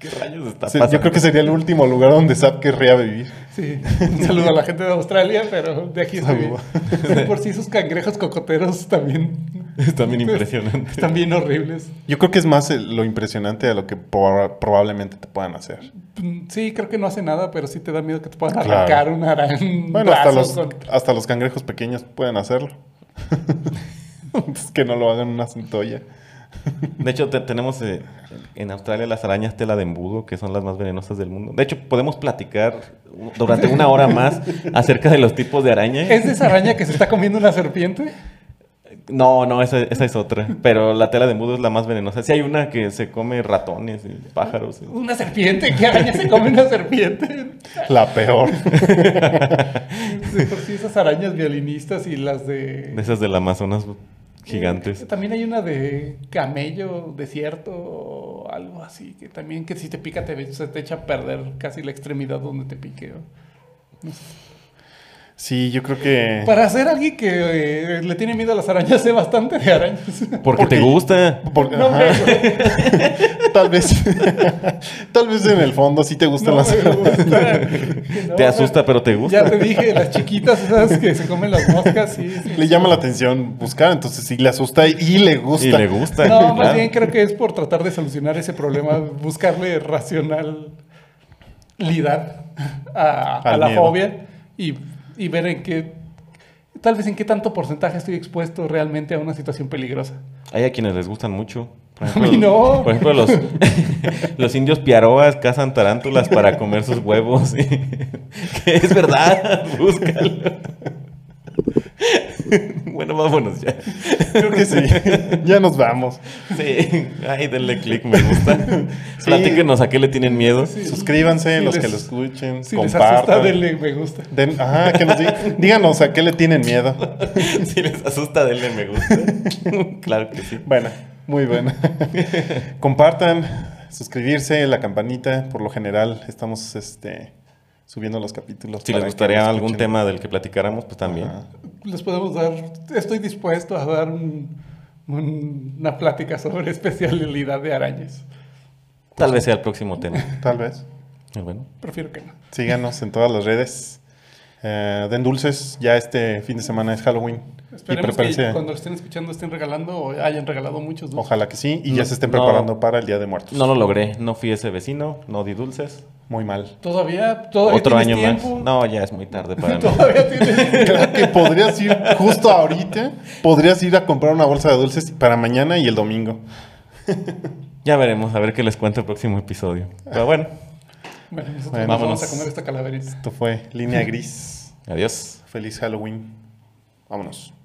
A: ¿Qué rayos está
C: Sí,
A: pasando?
C: yo creo que sería el último lugar donde Zap querría vivir.
B: Sí, un saludo a la gente de Australia, pero de aquí estoy bien. De Por sí, sus cangrejos cocoteros también
A: Está bien impresionante.
B: están bien horribles.
C: Yo creo que es más el- lo impresionante de lo que proba- probablemente te puedan hacer.
B: Mm, Sí, creo que no hace nada, pero sí te da miedo que te puedan
C: Claro.
B: arrancar un araña.
C: Bueno, hasta los, hasta los cangrejos pequeños pueden hacerlo. es que no lo hagan una centolla.
A: De hecho, te- tenemos eh, en Australia las arañas tela de embudo, que son las más venenosas del mundo. De hecho, podemos platicar durante una hora más acerca de los tipos de araña.
C: ¿Eh?
B: ¿Es de esa araña que se está comiendo una serpiente?
A: No, no, esa, esa es otra. Pero la tela de embudo es la más venenosa. Sí hay una que se come ratones y pájaros. y-
B: Una serpiente, ¿qué araña se come una serpiente?
C: La peor.
B: De por sí esas arañas violinistas y las de...
A: De esas del Amazonas Gigantes.
B: También hay una de camello, desierto, o algo así, que también que si te pica te, se te echa a perder casi la extremidad donde te pique. o-
C: Sí, yo creo que.
B: Para ser alguien que eh, le tiene miedo a las arañas, sé bastante de arañas.
A: Porque te
C: Porque-
A: gusta.
C: Por-
B: No,
C: ajá,
B: me-
C: tal vez. tal vez en el fondo sí te gustan
B: no
C: las.
B: me gusta. No,
A: Te asusta, pero te gusta.
B: Ya te dije, las chiquitas esas que se comen las moscas, sí. sí.
C: le llama la atención buscar, entonces sí le asusta y le gusta.
A: Y le gusta.
B: No,
A: claro.
B: más bien creo que es por tratar de solucionar ese problema, buscarle racionalidad a, a
C: Al
B: la
C: miedo.
B: fobia y, y ver en qué, tal vez en qué tanto porcentaje estoy expuesto realmente a una situación peligrosa.
A: Hay a quienes les gustan mucho. Por
B: A mí no.
A: Por ejemplo, los, los indios piaroas cazan tarántulas para comer sus huevos. y- que es verdad, búscalo. bueno, vámonos ya.
C: Creo que sí. ya nos vamos.
A: Sí, ay, denle clic, me gusta. Platíquenos a qué le tienen miedo.
C: Suscríbanse,
B: Si
C: los
B: les-
C: que lo escuchen,
B: Si les asusta,
C: compartan.
B: denle me gusta.
C: Den- ajá, que nos digan- díganos a qué le tienen miedo.
A: si les asusta, denle me gusta. claro que sí.
C: Bueno, muy bueno. Compartan, suscribirse, la campanita. Por lo general estamos este, subiendo los capítulos.
A: Si
C: para
A: les
C: que
A: gustaría
C: lo
A: algún
C: escuchen.
A: tema del que platicáramos, pues también.
C: Ajá.
B: Les podemos dar, estoy dispuesto a dar un- un- una plática sobre especialidad de arañas.
A: Tal vez sea el próximo tema.
C: Tal vez.
A: Pero Bueno,
B: Prefiero que no.
C: Síganos en todas las redes. Eh, den dulces. Ya este fin de semana es Halloween.
B: Esperemos
C: y prepárense.
B: que cuando lo estén escuchando estén regalando o hayan regalado muchos dulces.
C: Ojalá que sí. Y ya se estén
A: No.
C: preparando para el Día de Muertos.
A: no lo logré. No fui ese vecino, no di dulces.
C: Muy mal.
B: Todavía, todavía
A: Otro año
B: tienes tiempo.
A: más. No, ya es muy tarde para mí.
B: Todavía tienes
C: Creo que podrías ir justo ahorita. Podrías ir a comprar una bolsa de dulces para mañana y el domingo.
A: Ya veremos, a ver qué les cuento el próximo episodio. Pero bueno,
B: Bueno, nosotros
C: Bueno,
B: nos vamos
A: vámonos.
B: a comer esta calaverita.
C: Esto fue Línea Gris.
A: adiós.
C: Feliz Halloween. Vámonos.